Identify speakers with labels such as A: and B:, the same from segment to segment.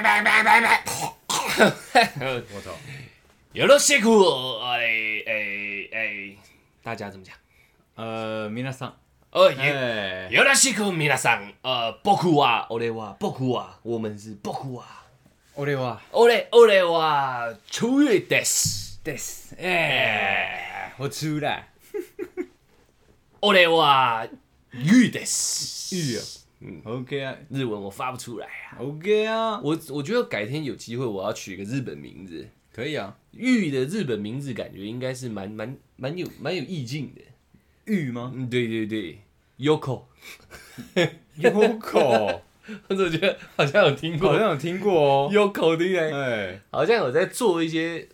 A: 拜拜拜，
B: 我操，
A: 有了辛苦，哎哎哎，大家怎么讲？
B: 呃，皆さん，
A: 哦，有
B: 哎，
A: 有了辛苦，皆さん，呃，僕は俺は僕は我们是僕は
B: 我的哇，
A: 俺俺は初月です。
B: です，哎，我出来，
A: 俺は玉です。
B: 玉啊，OK 啊
A: 日文我发不出来啊。
B: ，OK 啊，
A: 我我觉得改天有机会我要取一个日本名字，
B: 可以啊，
A: 玉的日本名字感觉应该是蛮蛮蛮有蛮有意境的。
B: 玉吗？
A: 嗯，对对对，Yoko，
B: 有口，
A: 我总觉得好像有听
B: 好
A: 过
B: 像有听过哦，
A: Yoko，对不对？
B: 哎，
A: 好像有在做一些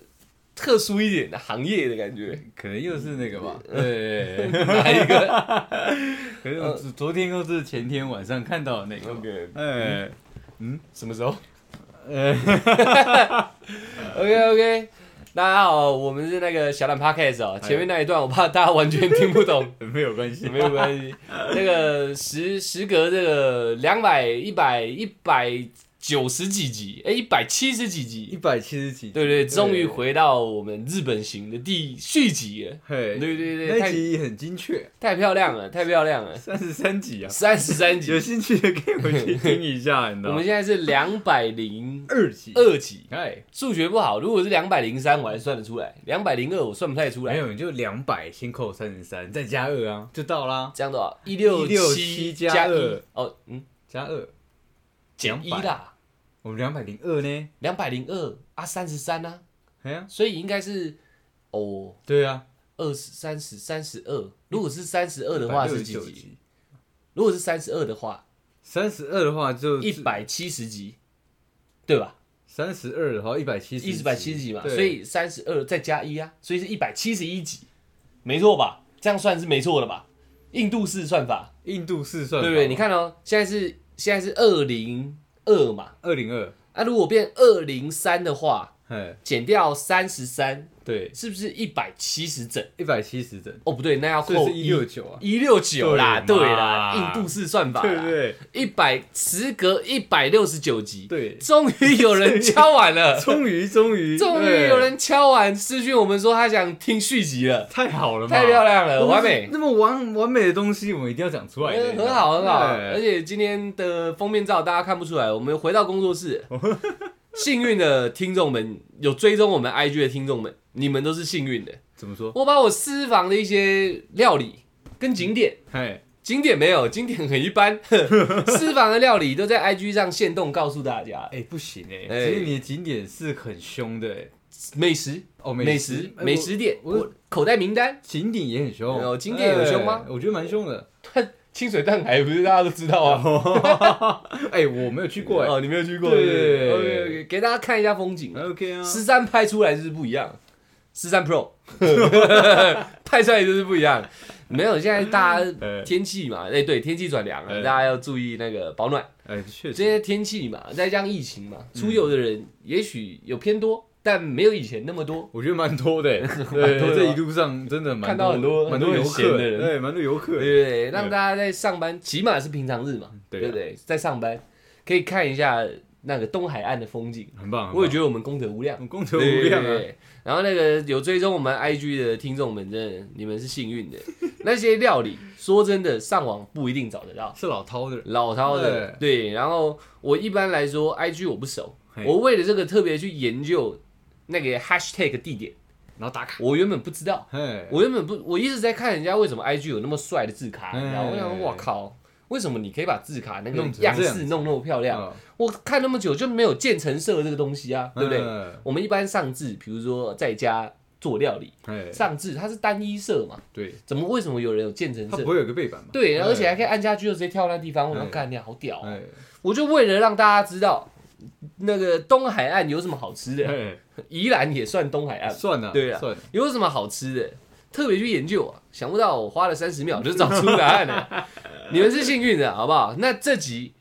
A: 特殊一点的行业的感觉。
B: 可能又是那个吧，对，
A: 哪一个
B: 可是我昨昨天或是前天晚上看到的那个，
A: ？OK，
B: 哎，
A: 什么时 候
B: 哎，
A: ？OK OK，大家好，我们是那个小懒 Podcast
B: 哎
A: 哦。前面那一段我怕大家完全听不懂，
B: 没有关系，
A: 没有关 系。那个时时隔这个两百、一百、一百九十几集，哎，一百七十几
B: 一
A: 集，
B: 百七十几，
A: 对不对？终于回到我们日本行的第续集了。
B: 嘿，
A: 对对对，
B: 那
A: 太
B: 集很精确，
A: 太漂亮了，太漂亮了，
B: 三十三集啊，
A: 三十三
B: 有
A: 集。
B: 兴趣的可以回去听一下，你
A: 我
B: 知道吗
A: 们？现在是两百零
B: 二集，
A: 二集，
B: 哎，
A: 数学不好，如果是两百零三我还算得出来，两百零二我算不太出
B: 没
A: 来。
B: 有，你就两百先扣三十三，再加二啊，就到啦，
A: 这样多少？一六
B: 167加
A: 加
B: 2
A: 哦，嗯，
B: 加二，
A: 减一
B: 200
A: 啦，
B: 我们两百零二呢？
A: 两百零二啊，三十三啊，
B: 哎呀，
A: 所以应该是哦，
B: 对啊，
A: 二十三十三十二。如果是三十二的话是几
B: 169
A: 集？？如果是三十二的话，
B: 三十二的话就
A: 一百七十集，对吧？
B: 三十二的话一百七十，
A: 一百七十集嘛，
B: 对
A: 所以三十二再加一啊，所以是一百七十一集，没错吧？这样算是没错的吧？印度式算法，
B: 印度式算
A: 对不对？你看哦，现在是现在是二零二嘛，
B: 二零二，
A: 啊，如果变二零三的话，
B: 哎，
A: 减掉三十三，
B: 对，
A: 是不是一百七十整？
B: 一百七十整，
A: 哦，不对，那要
B: 所以
A: 扣
B: 是一六九啊，
A: 一六九啦，
B: 对
A: 对
B: 嘛
A: 啦，印度式算法啦，
B: 对不对？
A: 一百时隔一百六十九集，
B: 对
A: 终于有人敲完 了，
B: 终于终 于
A: 终于有，人敲完私讯我们说他想听续集了
B: 对，太好了嘛，
A: 太漂亮了，
B: 我们
A: 完
B: 是
A: 美。
B: 那么完完美的东西，我们一定要讲出来的，
A: 嗯
B: 你知道
A: 很
B: 吗
A: 好，很好，
B: 对
A: 而且今天的封面照大家看不出来，我们回到工作 室。幸运的听众们，有追踪我们 IG 的听众们，你们都是幸运的。
B: 怎么说？
A: 我把我私房的一些料理跟景点，
B: 哎，
A: 景点没有，景点很一般， 私房的料理都在 IG 上限动告诉大家。
B: 哎，不行哎，
A: 哎
B: 其实你的景点是很凶的哎，
A: 美食，
B: 哦，
A: 美
B: 食
A: 食，美食
B: 哎
A: 店，
B: 我我
A: 我口袋名单，
B: 景点也很凶，
A: 哦景点有凶吗
B: 哎我觉得蛮凶的。
A: 清水蛋海不是大家都知道啊？
B: 哎，我没有去过哎
A: 哦，你没有去过？
B: 对
A: 对，OK OK，给大家看一下风景。
B: ，OK 啊，
A: 十三拍出来就是不一样，十三 Pro 拍出来就是不一样。没有，现在大家
B: 哎
A: 天气嘛，哎、对，天气转凉了，
B: 哎
A: 大家要注意那个保暖。
B: 哎，确
A: 这
B: 实，
A: 些天气嘛，再加上疫情嘛，出游的人也许有偏多，但没有以前那么多。
B: 我觉得蛮多的，哎
A: 蛮
B: 对，
A: 多的
B: 这一路上真的蛮
A: 看到很多
B: 蛮多
A: 很
B: 游
A: 多
B: 客
A: 很闲的人
B: 对，蛮多游客，
A: 对不对？让大家在上班，起码是平常日嘛，
B: 对啊
A: 不对？在上班可以看一下那个东海岸的风景，
B: 很棒。
A: 我也
B: 觉
A: 觉得我们功德无量
B: 得，功德无
A: 对
B: 量
A: 对
B: 啊，
A: 对然后那个有追踪我们 IG 的听众们，真的你们是幸运的。 那些料理，说真的，上网不一定找得到。
B: 是老饕的人，
A: 老饕的，对。然后我一般来说，IG 我不熟，
B: 嘿
A: 我为了这个特别去研究那个 hashtag 地点，
B: 然后打卡，
A: 我原本不知道，
B: 哎，
A: 我原本不，我一直在看人家为什么 IG 有那么帅的字卡，
B: 嘿
A: 然后我想说，哇靠，为什么你可以把字卡那个
B: 弄成
A: 样
B: 这样
A: 式弄那么漂亮？
B: 啊
A: 我看那么久就没有建成色这个东西啊，对不对？
B: 嗯
A: 我们一般上字，比如说在家做料理，
B: 哎，
A: 上字它是单一色嘛，
B: 对，
A: 怎么为什么有人有渐层
B: 它
A: 色
B: 不？会有个背板嘛？
A: 对，
B: 哎
A: 而且还可以按下去就直接跳那地方，我想
B: 哎
A: 干你好屌哦！
B: 哎
A: 我就为了让大家知道那个东海岸有什么好吃的，
B: 哎，
A: 宜兰也算东海岸，
B: 算了，
A: 啊对啊
B: 算了，
A: 有什么好吃的，特别去研究啊！想不到我花了三 十秒就找出答案了，你们是幸运的，好不好？那这集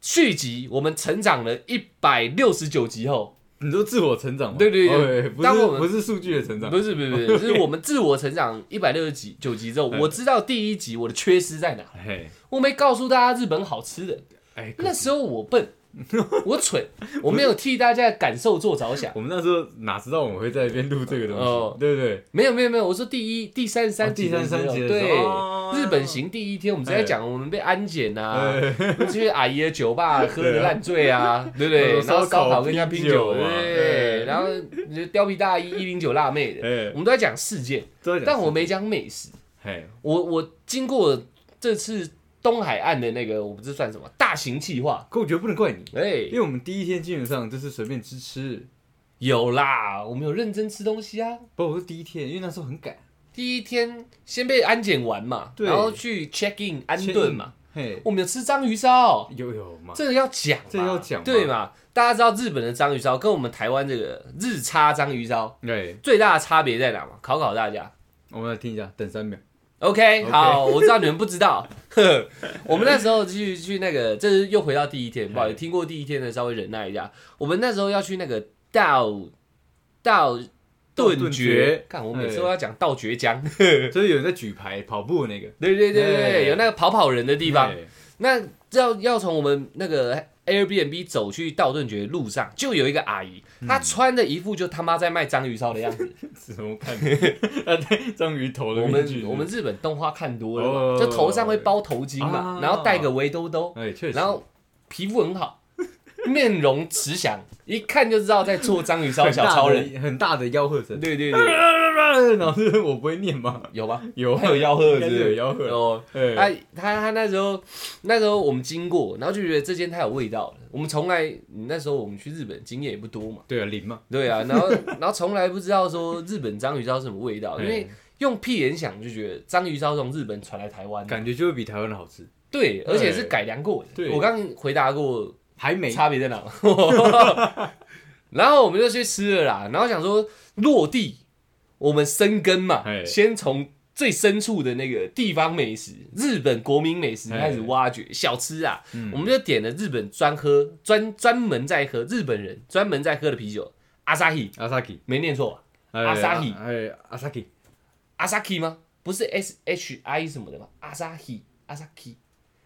A: 续集我们成长了一百六十九集后，
B: 你说自我成长嘛？
A: 对对对
B: 哦哎不
A: 当我们
B: 是不是数据的成 长，
A: 不是不是不是，是我们自我成长一百六十集九集之后，
B: 嗯
A: 我知道第一集我的缺失在哪，
B: 哎
A: 我没告诉大家日本好吃的。
B: 哎，可
A: 那时候我笨，我蠢，我没有替大家的感受做着想。
B: 我们那时候哪知道我们会在一边录这个东西，
A: 哦
B: 对不对？
A: 没有没有没有，我说第一第三十三
B: 哦
A: 集
B: 第
A: 的时候、
B: 33集的时候
A: 对、
B: 哦
A: 日本行第一天，我们是在
B: 哎
A: 讲我们被安检啊，
B: 哎
A: 去阿姨的酒吧喝的烂醉啊，对不对？
B: 那时候
A: 然后烧烤跟人家
B: 拼
A: 拼
B: 酒
A: 酒，
B: 啊
A: 对，
B: 哎
A: 然后貂皮大衣一零九辣妹的，
B: 哎
A: 我，们都在讲事件，
B: 都在讲
A: 但我没讲美食。
B: 嘿，
A: 我我经过这次东海岸的那个，我不知算什么大型计划，
B: 可我觉得不能怪你，
A: 哎、
B: 因为我们第一天基本上就是随便吃吃，
A: 有啦，我们有认真吃东西啊。
B: 不，我是第一天，因为那时候很赶，
A: 第一天先被安检完嘛，
B: 对
A: 然后去 check in 安顿嘛，
B: 嘿，
A: 我们有吃章鱼烧，
B: 有有嘛，
A: 这个要讲嘛，
B: 这个要讲嘛
A: 对嘛？大家知道日本的章鱼烧跟我们台湾这个日差章鱼烧
B: 对，
A: 最大的差别在哪嘛？考考大家。
B: 哎我们来听一下，等三秒，
A: OK，,
B: OK
A: 好，我知道你们不知 道。呵我们那时候去去那个，这是又回到第一天，不
B: 哎
A: 好意思，听过第一天的稍微忍耐一下。我们那时候要去那个道道顿
B: 顿
A: 崛
B: 崛，
A: 看我每次都要讲道绝江，
B: 就是有人在举牌跑步的那个
A: 对对对对，
B: 哎
A: 有那个跑跑人的地方。
B: 嘿
A: 那要要从我们那个 Airbnb 走去道顿崛路上，就有一个阿姨，
B: 嗯
A: 她穿的一副就他妈在卖章鱼烧的样 子。
B: 怎么 看？啊，对，章鱼头的
A: 我
B: 面具
A: 们我们日本动画看多了嘛，
B: 哦
A: 就头上会包头巾嘛
B: 啊，
A: 然后戴个围兜兜，
B: 哎，确实，
A: 然后皮肤很好， 面容慈祥，一看就知道在做章鱼烧
B: 很
A: 小
B: 大
A: 超
B: 的
A: 人。
B: 很大的吆喝声，
A: 对对对，
B: 然后是我不会念吗？
A: 有吧？
B: 有啊
A: 还有吆喝
B: 应该是
A: 是
B: 有吆喝
A: 哦，
B: 哎
A: 他他他那时候那时候我们经过，然后就觉得这间太有味道了。我们从来那时候我们去日本经验也不多嘛，
B: 对啊，零嘛，
A: 对 啊，然后然后从来不知道说日本章鱼烧是什么味道，因为
B: 哎
A: 用屁眼想就觉得章鱼烧从日本传来台湾，
B: 感觉就会比台湾的好吃，
A: 对，而且是改良过的。
B: 对
A: 我刚刚回答过
B: 还没
A: 差别在哪 嘛？然后我们就去吃了啦，然后想说落地，我们生根嘛，
B: 嘿
A: 先从最深处的那个地方美食，日本国民美食
B: 嘿
A: 开始挖掘小吃啊，
B: 嗯
A: 我们就点了日本专喝专专门在喝日本人专门在喝的啤酒，阿萨希，
B: 阿萨奇，
A: 没念错吧？
B: 阿
A: Asahi
B: 哎，阿萨奇，
A: 阿萨希吗？不是 S H I 什么的吧？阿萨希，阿萨希，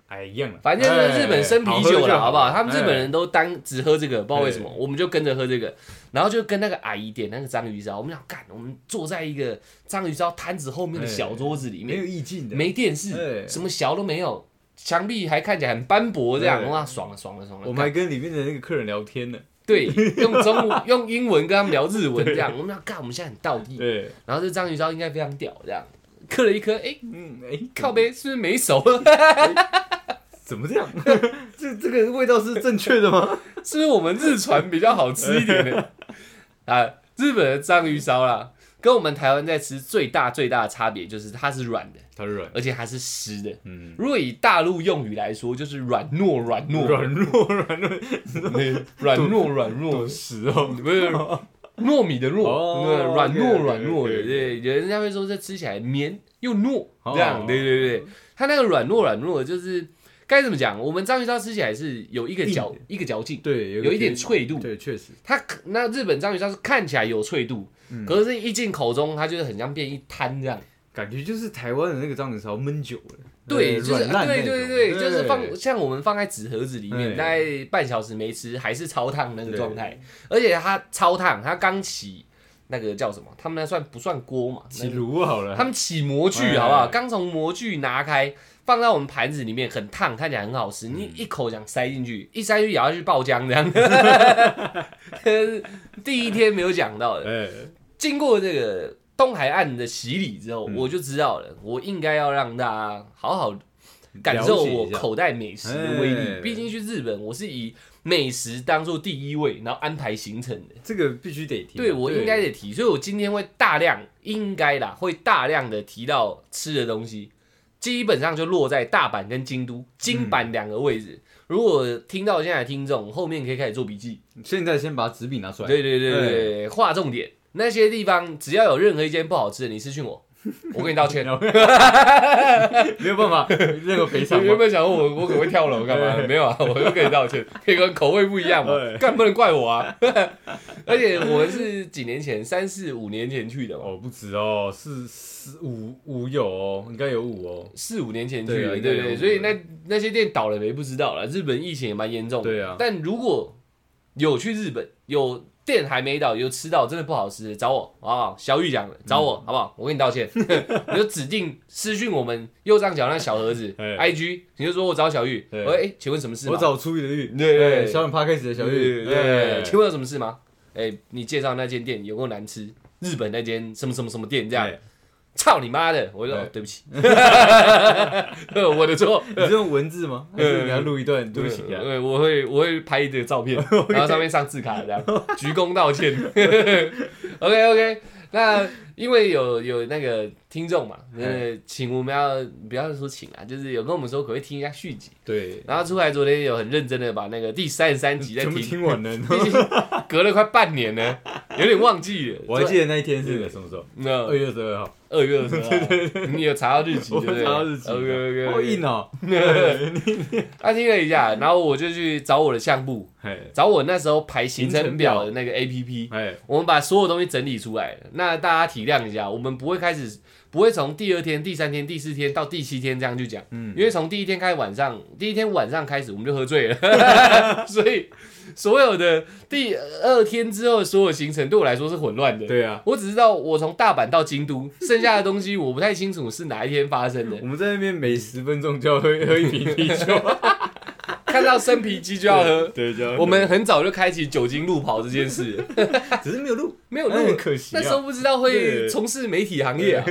B: 哎一样了，
A: 反正就是日本生啤酒了，
B: 了，
A: 好不好？他们日本
B: 哎
A: 人都单只喝这个，不知道为什么，我们就跟着喝这个，然后就跟那个阿姨点那个章鱼烧。我们想干，我们坐在一个章鱼烧摊子后面的小桌子里
B: 没
A: 面，
B: 有意境的，
A: 没电视，
B: 哎
A: 什么小都没有，墙壁还看起来很斑驳，这样
B: 对
A: 哇，爽了，爽了，爽了。
B: 我们还跟里面的那个客人聊天呢，
A: 对用中 文用英文跟他们聊日文，这样我们要干，我们现在很道地，
B: 对，
A: 然后这章鱼烧应该非常屌，这样刻了一颗，哎，
B: 嗯，哎，
A: 靠背是不是没熟？
B: 怎么 这样？这这个味道是正确的吗？
A: 是不是我们日船比较好吃一点 呢？啊，日本的章鱼烧啦，跟我们台湾在吃最大最大的差别就是它是软的，
B: 它软，
A: 而且它是湿的。
B: 嗯，
A: 如果以大陆用语来说，就是软糯、软糯、
B: 软弱软弱，
A: 对软糯、软
B: 多
A: 糯，
B: 实哦，
A: 不是糯米的糯，
B: 哦
A: 对不对软糯、
B: OK，OK，OK，OK
A: 软糯的。对，人家会说这吃起来绵又糯，
B: 哦
A: 这样。对对对，它那个软糯、软糯的就是该怎么讲？我们章鱼烧吃起来是有一个嚼
B: 硬
A: 一个嚼劲，
B: 对，
A: 有一点脆度。
B: 对，确实，
A: 它可那日本章鱼烧是看起来有脆度，
B: 嗯
A: 可是一进口中它就是很像变一摊这样。
B: 感觉就是台湾的那个章鱼烧焖久了，
A: 对，
B: 呃
A: 就是啊
B: 软烂那
A: 对
B: 种
A: 对对，就是放像我们放在纸盒子里面，
B: 对
A: 大概半小时没吃，还是超烫那个
B: 对
A: 状态，而且它超烫，它刚起那个叫什么？他们那算不算锅嘛？
B: 起
A: 那个
B: 炉好了，
A: 他们起模具
B: 哎
A: 好不好？
B: 哎
A: 刚从模具拿开，放到我们盘子里面，很烫，看起来很好吃。你一口想塞进去，一塞进去咬下去爆浆这 样。 第一天没有讲到的，
B: 哎，
A: 经过这个东海岸的洗礼之后，
B: 嗯
A: 我就知道了，我应该要让大家好好感受我口袋美食的威力。
B: 哎
A: 毕竟去日本，我是以美食当做第一位，然后安排行程的。
B: 这个必须得提，啊
A: 对，我应该得提，所以我今天会大量，应该啦，会大量的提到吃的东西，基本上就落在大阪跟京都、京
B: 嗯
A: 阪两个位置。如果听到现在的听众，后面可以开始做笔记。
B: 现在先把纸笔拿出来，
A: 哎 对对对对对，划重点。那些地方只要有任何一间不好吃的，你私讯我，我跟你道歉。
B: 没有办 法，任何赔
A: 你
B: 偿嘛
A: 原。本想说我我可能会 跳楼干嘛？没有啊，我就跟你道歉，每个人口味不一样嘛
B: 对，
A: 干不能怪我啊。 而且我们是几年前，三四五年前去的嘛，
B: 哦，不止哦，是四五五有哦，应该有五哦。
A: 四五年前去
B: 对啊
A: 的，
B: 应该
A: 对
B: 有
A: 不对？所以那那些店倒了没不知道了。日本疫情也蛮严重的，
B: 对啊
A: 但如果有去日本，有店还没到，有吃到真的不好吃的，找我啊，小玉
B: 嗯
A: 讲的，找我、好不好？我跟你道 歉，你就指定私讯我们右上角那小盒 子
B: 哎
A: IG，你就说我找小玉，
B: 对
A: 我说哎，请问什么事吗？
B: 我找出鱼的玉，
A: 对
B: 哎小远 p 开始的小玉，
A: 对，
B: 对，
A: 请问有什么事吗？哎，你介绍那间店有够难吃，日本那间什么什么什么店这样，
B: 哎
A: 操你妈的！我就说
B: 对
A: 哦对不起， 我的错。
B: 你是用文字吗？还是你要录一段？
A: 对
B: 对不起啊，
A: 对，我会我会拍一个照 片，然后上面上字卡这样，鞠躬道歉。OK OK，那因为有有那个听众嘛，呃，请我们要不要说请啊，就是有跟我们说可不可以听一下续集，
B: 对，
A: 然后出来昨天有很认真的把那个第三十三集在
B: 全部
A: 听，
B: 听完 了。
A: 毕竟隔了快半年呢，有点忘记了。
B: 我还记得那一天是什么时候？
A: 那
B: 二月二十二号，
A: 二月二十号，你有查到日期对
B: 我
A: 不对？
B: 查到日期，
A: OK
B: 好
A: OK。
B: 硬哦。
A: 他啊听了一下，然后我就去找我的相簿，
B: 哎
A: 找我那时候排行程表的
B: 行
A: 那个 APP，
B: 哎，
A: 我们把所有东西整理出来。那大家体谅一下，我们不会开始，不会从第二天、第三天、第四天到第七天这样去讲。
B: 嗯，
A: 因为从第一天开始晚上，第一天晚上开始我们就喝醉了， 所以所有的第二天之后的所有行程对我来说是混乱的。
B: 对啊，
A: 我只知道我从大阪到京都，剩下的东西我不太清楚是哪一天发生的
B: 我。们在那边每十分钟就要喝喝一瓶啤酒，
A: 看到生啤鸡就要喝，
B: 对， 就要喝
A: 我们很早就开启酒精路跑这件事，
B: 只是没有录，
A: 没有
B: 那很
A: 路。
B: 可惜
A: 那
B: 啊。
A: 时候不知道会
B: 对
A: 从事媒体行业啊。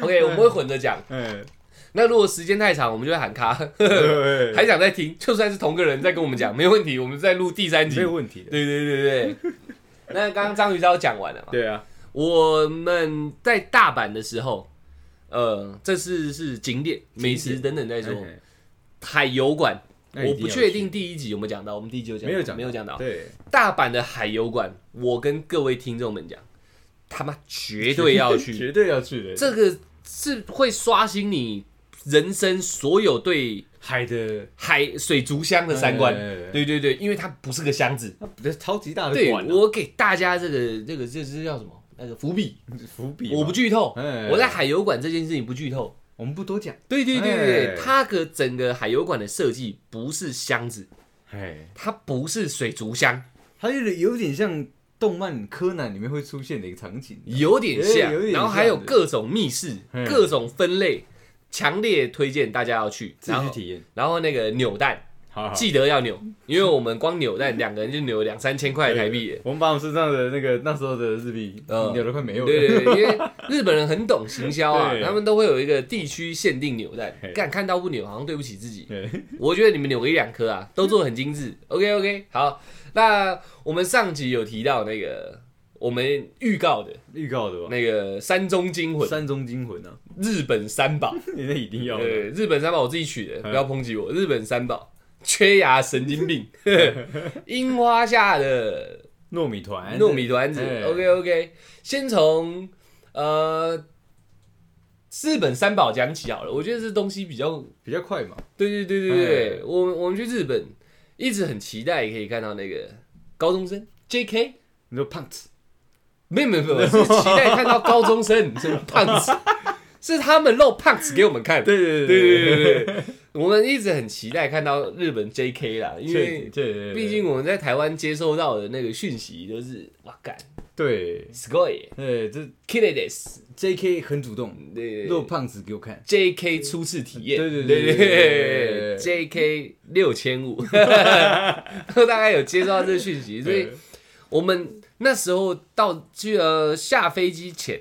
A: OK，我们会 混着讲。
B: 哎，
A: 那如果时间太长，我们就会喊卡。
B: 对
A: 还想再听，就算是同个人在跟我们讲，没问题，我们再录第三集。
B: 没有
A: 对
B: 问题的。
A: 对对对。那刚刚章鱼烧讲完了嘛？
B: 对啊，
A: 我们在大阪的时候，呃，这是是景点、美食等等再说。
B: 哎
A: 海油馆，
B: 那一
A: 我
B: 定
A: 不
B: 要
A: 确
B: 去
A: 定第一集有没有讲到，我们第一集有讲到
B: 没有讲到
A: 没有讲到。
B: 对，
A: 大阪的海油馆，我跟各位听众们讲，他妈绝对要去，
B: 绝对要去的。
A: 这个是会刷新你人生所有对
B: 海的
A: 海水族箱的三观。
B: 对，
A: 对对对，因为它不是个箱子。
B: 它不是超级大的
A: 对
B: 馆啊，
A: 我给大家这个这个这是叫什么？那个伏笔，
B: 伏笔嘛，
A: 我不剧透
B: 哎。
A: 我在海油馆这件事情不剧透。
B: 我们不多讲，
A: 对对对对对，
B: 哎
A: 它的整个海油馆的设计不是箱子，
B: 哎，
A: 它不是水族箱，
B: 它有点有点像动漫柯南里面会出现的一个场景，
A: 有点像
B: 哎有点。
A: 然
B: 像
A: 后还有各种密室、
B: 嗯
A: 各种分类，强烈推荐大家要去。
B: 自
A: 然
B: 己去
A: 后
B: 体验。
A: 然后那个扭蛋，
B: 好好，
A: 记得要扭，因为我们光扭蛋两个人就扭两三千块台币耶。
B: 我们把我们身上的那个那时候的日币
A: 嗯
B: 扭的快没有了。
A: 对对对，因为日本人很懂行销啊，
B: 对
A: 他们都会有一个地区限定扭蛋
B: 嘿，
A: 干看到不扭好像对不起自己。
B: 对，
A: 我觉得你们扭个一两颗啊，都做的很精致。OK OK，好，那我们上集有提到那个我们预告的
B: 预告的吧？
A: 那个山中惊魂，
B: 山中惊魂啊，
A: 日本三宝，
B: 那一定要的。
A: 对，日本三宝我自己取的，
B: 嗯
A: 不要抨击我。日本三宝，缺牙神经 病，樱花下的
B: 糯米团，
A: 糯米团子。
B: 哎
A: OK OK，先从呃日本三宝讲起好了。我觉得这东西比较，
B: 比较快嘛。
A: 对对对对对，
B: 哎
A: 我我们去日本一直很期待可以看到那个高中生 JK。
B: 你说胖子，
A: 没有没有没有，是期待看到高中生什么胖 子，是他们露胖子给我们看。
B: 对
A: 对
B: 对
A: 对对对 对，我们一直很期待看到日本 JK 啦，因
B: 对
A: 为
B: 对对，
A: 毕竟我们在台湾接收到的那个讯息都是哇干
B: 对，
A: すごい
B: 哎，这
A: kill it is，
B: J.K. 很主动，
A: 对
B: 露胖子给我看，
A: JK 初次体验，
B: 对对
A: 对
B: 对对
A: 对
B: 对对
A: ，JK 六千五， 都大概有接收到这个讯息，所以我们那时候到去呃下飞机前，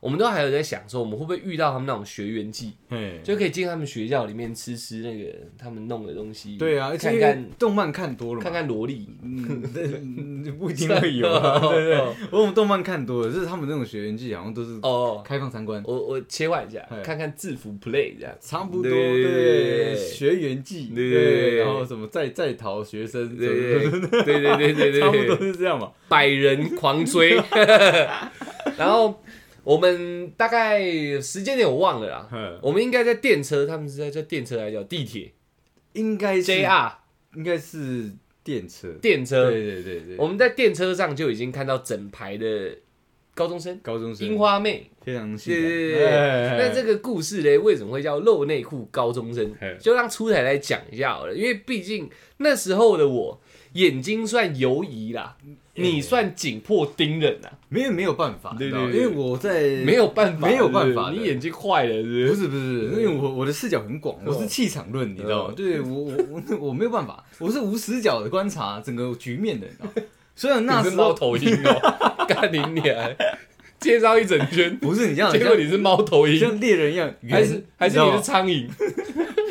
A: 我们都还有在想说，我们会不会遇到他们那种学员季，
B: 哎，
A: 就可以进他们学校里面吃吃那个他们弄的东西，
B: 对啊，而
A: 看
B: 且
A: 看
B: 动漫看多了嘛，
A: 看看萝莉，
B: 嗯，对 嗯不一定会有啊，
A: 哦
B: 对对对，我们动漫看多了，就是他们那种学员季好像都是
A: 哦，
B: 开放参观，
A: 我我切换一下
B: 哎，
A: 看看制服 play 这样，
B: 差不多
A: 对
B: 对学员季，
A: 对
B: 对，然后什么在在逃学生，
A: 对对
B: 什么
A: 对对 对对对对，
B: 差不多是这样嘛，
A: 百人狂追，然后我们大概时间点我忘了啦，
B: 哼，
A: 我们应该在电车，他们是在叫电车还是叫地铁
B: 应该是
A: ？JR
B: 应该是电车，
A: 电车，
B: 对对对
A: 我
B: 对，
A: 们在电车上就已经看到整排的高中生
B: 高中生
A: 樱花妹。
B: 非常性
A: 对
B: 感，
A: 对对对
B: 哎
A: 那这个故事嘞，为什么会叫露内裤高中生
B: 嘿？
A: 就让出台来讲一下好了，因为毕竟那时候的我眼睛算游移啦，
B: 嗯
A: 你算紧迫盯人啦，
B: 没有没有办法，
A: 对
B: 你知道
A: 对
B: 吗
A: 对
B: 因为我在
A: 没有办法，
B: 没有办法
A: 是不是
B: 的
A: 你眼睛坏了，是不是？
B: 不是不是，因为我我的视角很广，我是气场论，你知道吗
A: 哦嗯？
B: 对我我我我没有办法，我是无死角的观察整个局面的，你知道吗？虽然那
A: 你
B: 时
A: 是猫
B: 候
A: 头鹰哦，干你娘！介绍一整 圈，
B: 不是你这样，
A: 结果你是猫头
B: 你
A: 鹰，
B: 像像猎人一样，
A: 还
B: 圆
A: 是还是
B: 知道
A: 你
B: 吗
A: 是苍蝇？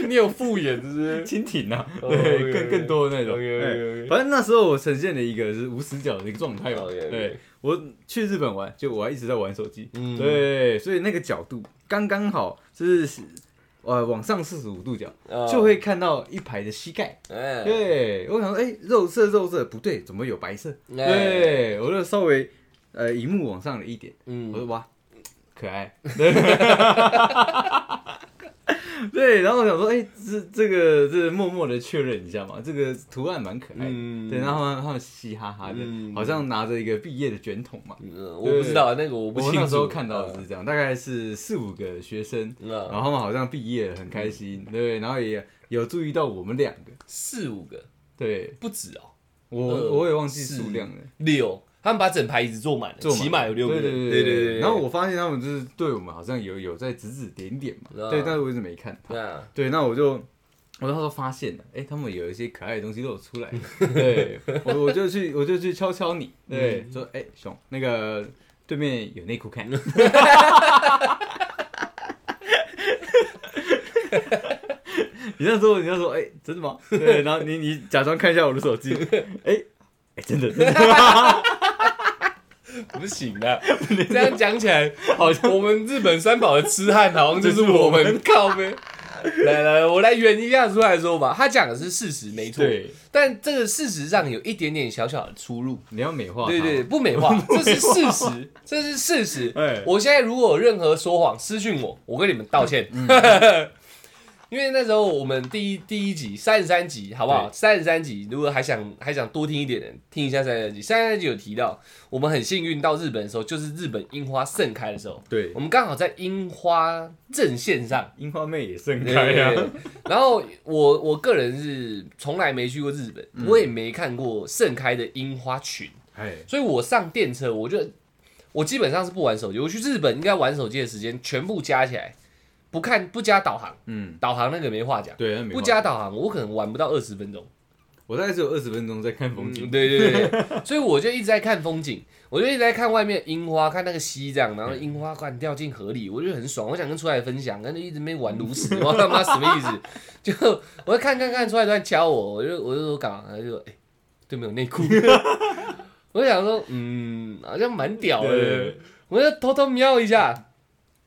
A: 你有复眼是不是？
B: 蜻蜓啊，
A: 哦
B: 对，
A: ，OK，
B: 更
A: OK
B: 更多的那种。
A: OK，OK，OK
B: 哎反正那时候我呈现了一个是无死角的一个状态嘛。
A: OK，OK
B: 对，我去日本玩，就我还一直在玩手机。
A: 嗯
B: 对，所以那个角度刚刚好，就是呃往上四十五度角，
A: 啊
B: 就会看到一排的膝盖。
A: 哎
B: 对，我想说，哎，肉色肉色不对，怎么有白色？
A: 哎
B: 对，我就稍微呃荧幕往上了一点，我
A: 嗯
B: 说哇，可爱。对，然后我想说，哎、这这个这个默默的确认一下嘛，这个图案蛮可爱的。
A: 嗯
B: 对，然后他们他们嘻哈哈的，
A: 嗯
B: 好像拿着一个毕业的卷筒嘛。
A: 嗯我不知道那个我不
B: 我
A: 清楚。
B: 那时候看到的是这样，大概是四五个学生，
A: 嗯啊
B: 然后他们好像毕业了，很开心，对，然后也有注意到我们两个，
A: 四五个
B: 对
A: 不止哦，
B: 我
A: 二
B: 我也忘记
A: 四
B: 数量了，
A: 六，他们把整排椅子坐满了，
B: 坐满
A: 起码有六个人。对
B: 对对
A: 对
B: 然后我发现他们就是对我们好像有有在指指点点
A: 啊
B: 嘛，对，但是我一直没看。
A: 那
B: 对，那我就我那时候发现了，哎、他们有一些可爱的东西都有出 来，对我我就去我就去敲敲你，对，
A: 嗯
B: 说哎、熊那个对面有内 裤看，你那时候你那时候哎、真的吗？对，然后你你假装看一下我的手机，哎、哎、真的，真的
A: 不行啊， 这样讲起来，好像我们日本三宝的痴汉好像就是
B: 就是
A: 我
B: 我们
A: 们靠呗。 来来，我来圆一下出来说吧。他讲的是事实，没错，
B: 对，
A: 但这个事实上有一点点小小的出入。
B: 你要美化，
A: 对对，， 不美化，这是事实，这是事 实。
B: 哎
A: 我现在如果有任何说谎，私讯我，我跟你们道歉。 因为那时候我们第一第一集三十三集，好不好？三十三集，如果还想还想多听一点的，听一下三十三集。三十三集有提到，我们很幸运到日本的时候，就是日本樱花盛开的时候，
B: 对
A: 我，们刚好在樱花阵线上。
B: 樱花妹也 盛
A: 对
B: 开啊，
A: 然后我我个人是从来没去过日本，我也没看过盛开的樱花群。
B: 哎，
A: 所以我上电车，我就我基本上是不玩手机。我去日本应该玩手机的时间全部加起来，不看不加导航，
B: 嗯，
A: 导航那个没话讲。
B: 对，那没
A: 不
B: 话，
A: 加导航，我可能玩不到二十分钟。
B: 我大概只有二十分钟在看风景
A: 嗯，对对对对， 所以我就一直在看风景，我就一直在看外面的樱花，看那个溪这样，然后樱花灌掉进河里，我就很爽，我想跟出来分享，但是一直没玩炉石，我他妈什么意思？ 就我就看看看，出来突然敲我，我就我就说干嘛？他就说哎、对面有内裤， 我就想说嗯，好像蛮屌的
B: 对，
A: 我就偷偷瞄一下，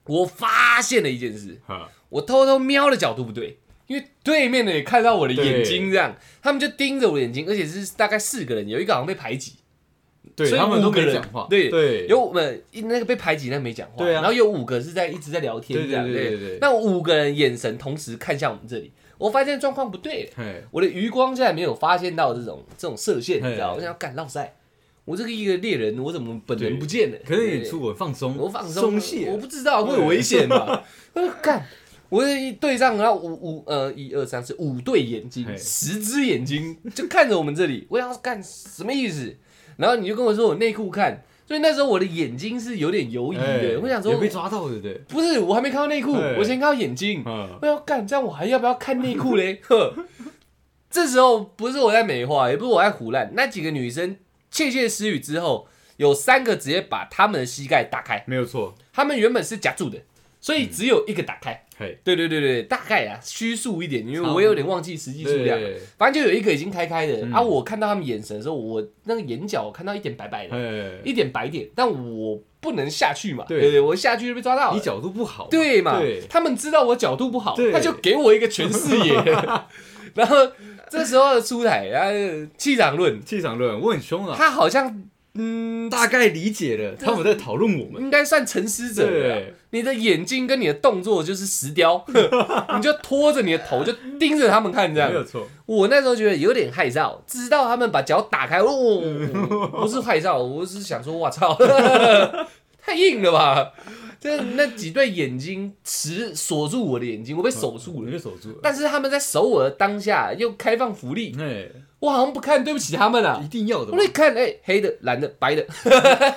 A: 我发现了一件事，
B: 哈，
A: 我偷偷瞄的角度不对，因为对面的也看到我的眼睛，这样他们就盯着我的眼睛，而且是大概四个人，有一个好像被排挤，
B: 对
A: 所以
B: 他们
A: 五
B: 都
A: 个
B: 没
A: 人
B: 讲话，
A: 对
B: 对，
A: 有我们那个被排挤那个没讲话，
B: 对啊
A: 然后有五个是在一直在聊天
B: 对
A: 这样，
B: 对对对对
A: 那五个人眼神同时看向我们这里，我发现状况不对了，
B: 嘿，
A: 我的余光竟然没有发现到这种这种射线，
B: 嘿
A: 你知道吗，我想要干绕赛，我这个一个猎人，我怎么本人
B: 对
A: 不见了？
B: 可能
A: 对
B: 你出国放松，
A: 我放松
B: 松
A: 了，
B: 懈
A: 我，不知道会有危险嘛。 我就干，我一对上，然后五五呃一二三四五对眼睛，
B: 嘿
A: 十只眼睛就看着我们这里，我想要干什么意思？然后你就跟我说我内裤看，所以那时候我的眼睛是有点游移
B: 哎
A: 的，我想说
B: 有被抓到的，对，
A: 不是，我还没看到内裤，
B: 哎
A: 我先看到眼睛。
B: 嗯，
A: 我要干，这样我还要不要看内裤嘞？ 呵，这时候不是我在美化，也不是我在胡乱，那几个女生窃窃私语之后，有三个直接把她们的膝盖打开。
B: 没有错，
A: 他们原本是夹住的，所
B: 嗯
A: 以只有一个打开。
B: 嘿，
A: 对对对对，大概啊，虚数一点，因为
B: 差不
A: 我
B: 多
A: 有点忘记实际数量了。
B: 对，
A: 反正就有一个已经开开的、
B: 嗯
A: 啊，我看到他们眼神的时候，我那个眼角我看到一点白白的，
B: 嘿，
A: 一点白点，但我不能下去嘛，对
B: 对
A: 对对，我下去就被抓到
B: 你
A: 了。
B: 角度不好，
A: 对嘛
B: 对？
A: 他们知道我角度不好，
B: 对
A: 他就给我一个全视 野。 然后这时候的出台，然后气场论，
B: 气场论，我很凶啊，
A: 他好像
B: 嗯，大概理解了他们在讨论我们。
A: 应该算沉思者了啦
B: 对。
A: 你的眼睛跟你的动作就是石 雕，你就拖着你的头就盯着他们看这样
B: 没。有错，
A: 我那时候觉得有点害臊，直到他们把脚打开， 哦，不是害臊，我是想说，我操，太硬了吧！这那几对眼睛持锁住我的眼睛，我被守住
B: 我
A: 了。
B: 就守住了。
A: 但是他们在守我的当下又开放福利，
B: 哎，
A: 我好像不看，对不起他们啊
B: 一。定要的
A: 我
B: 嘛，
A: 一看，哎、黑的、蓝的、白的，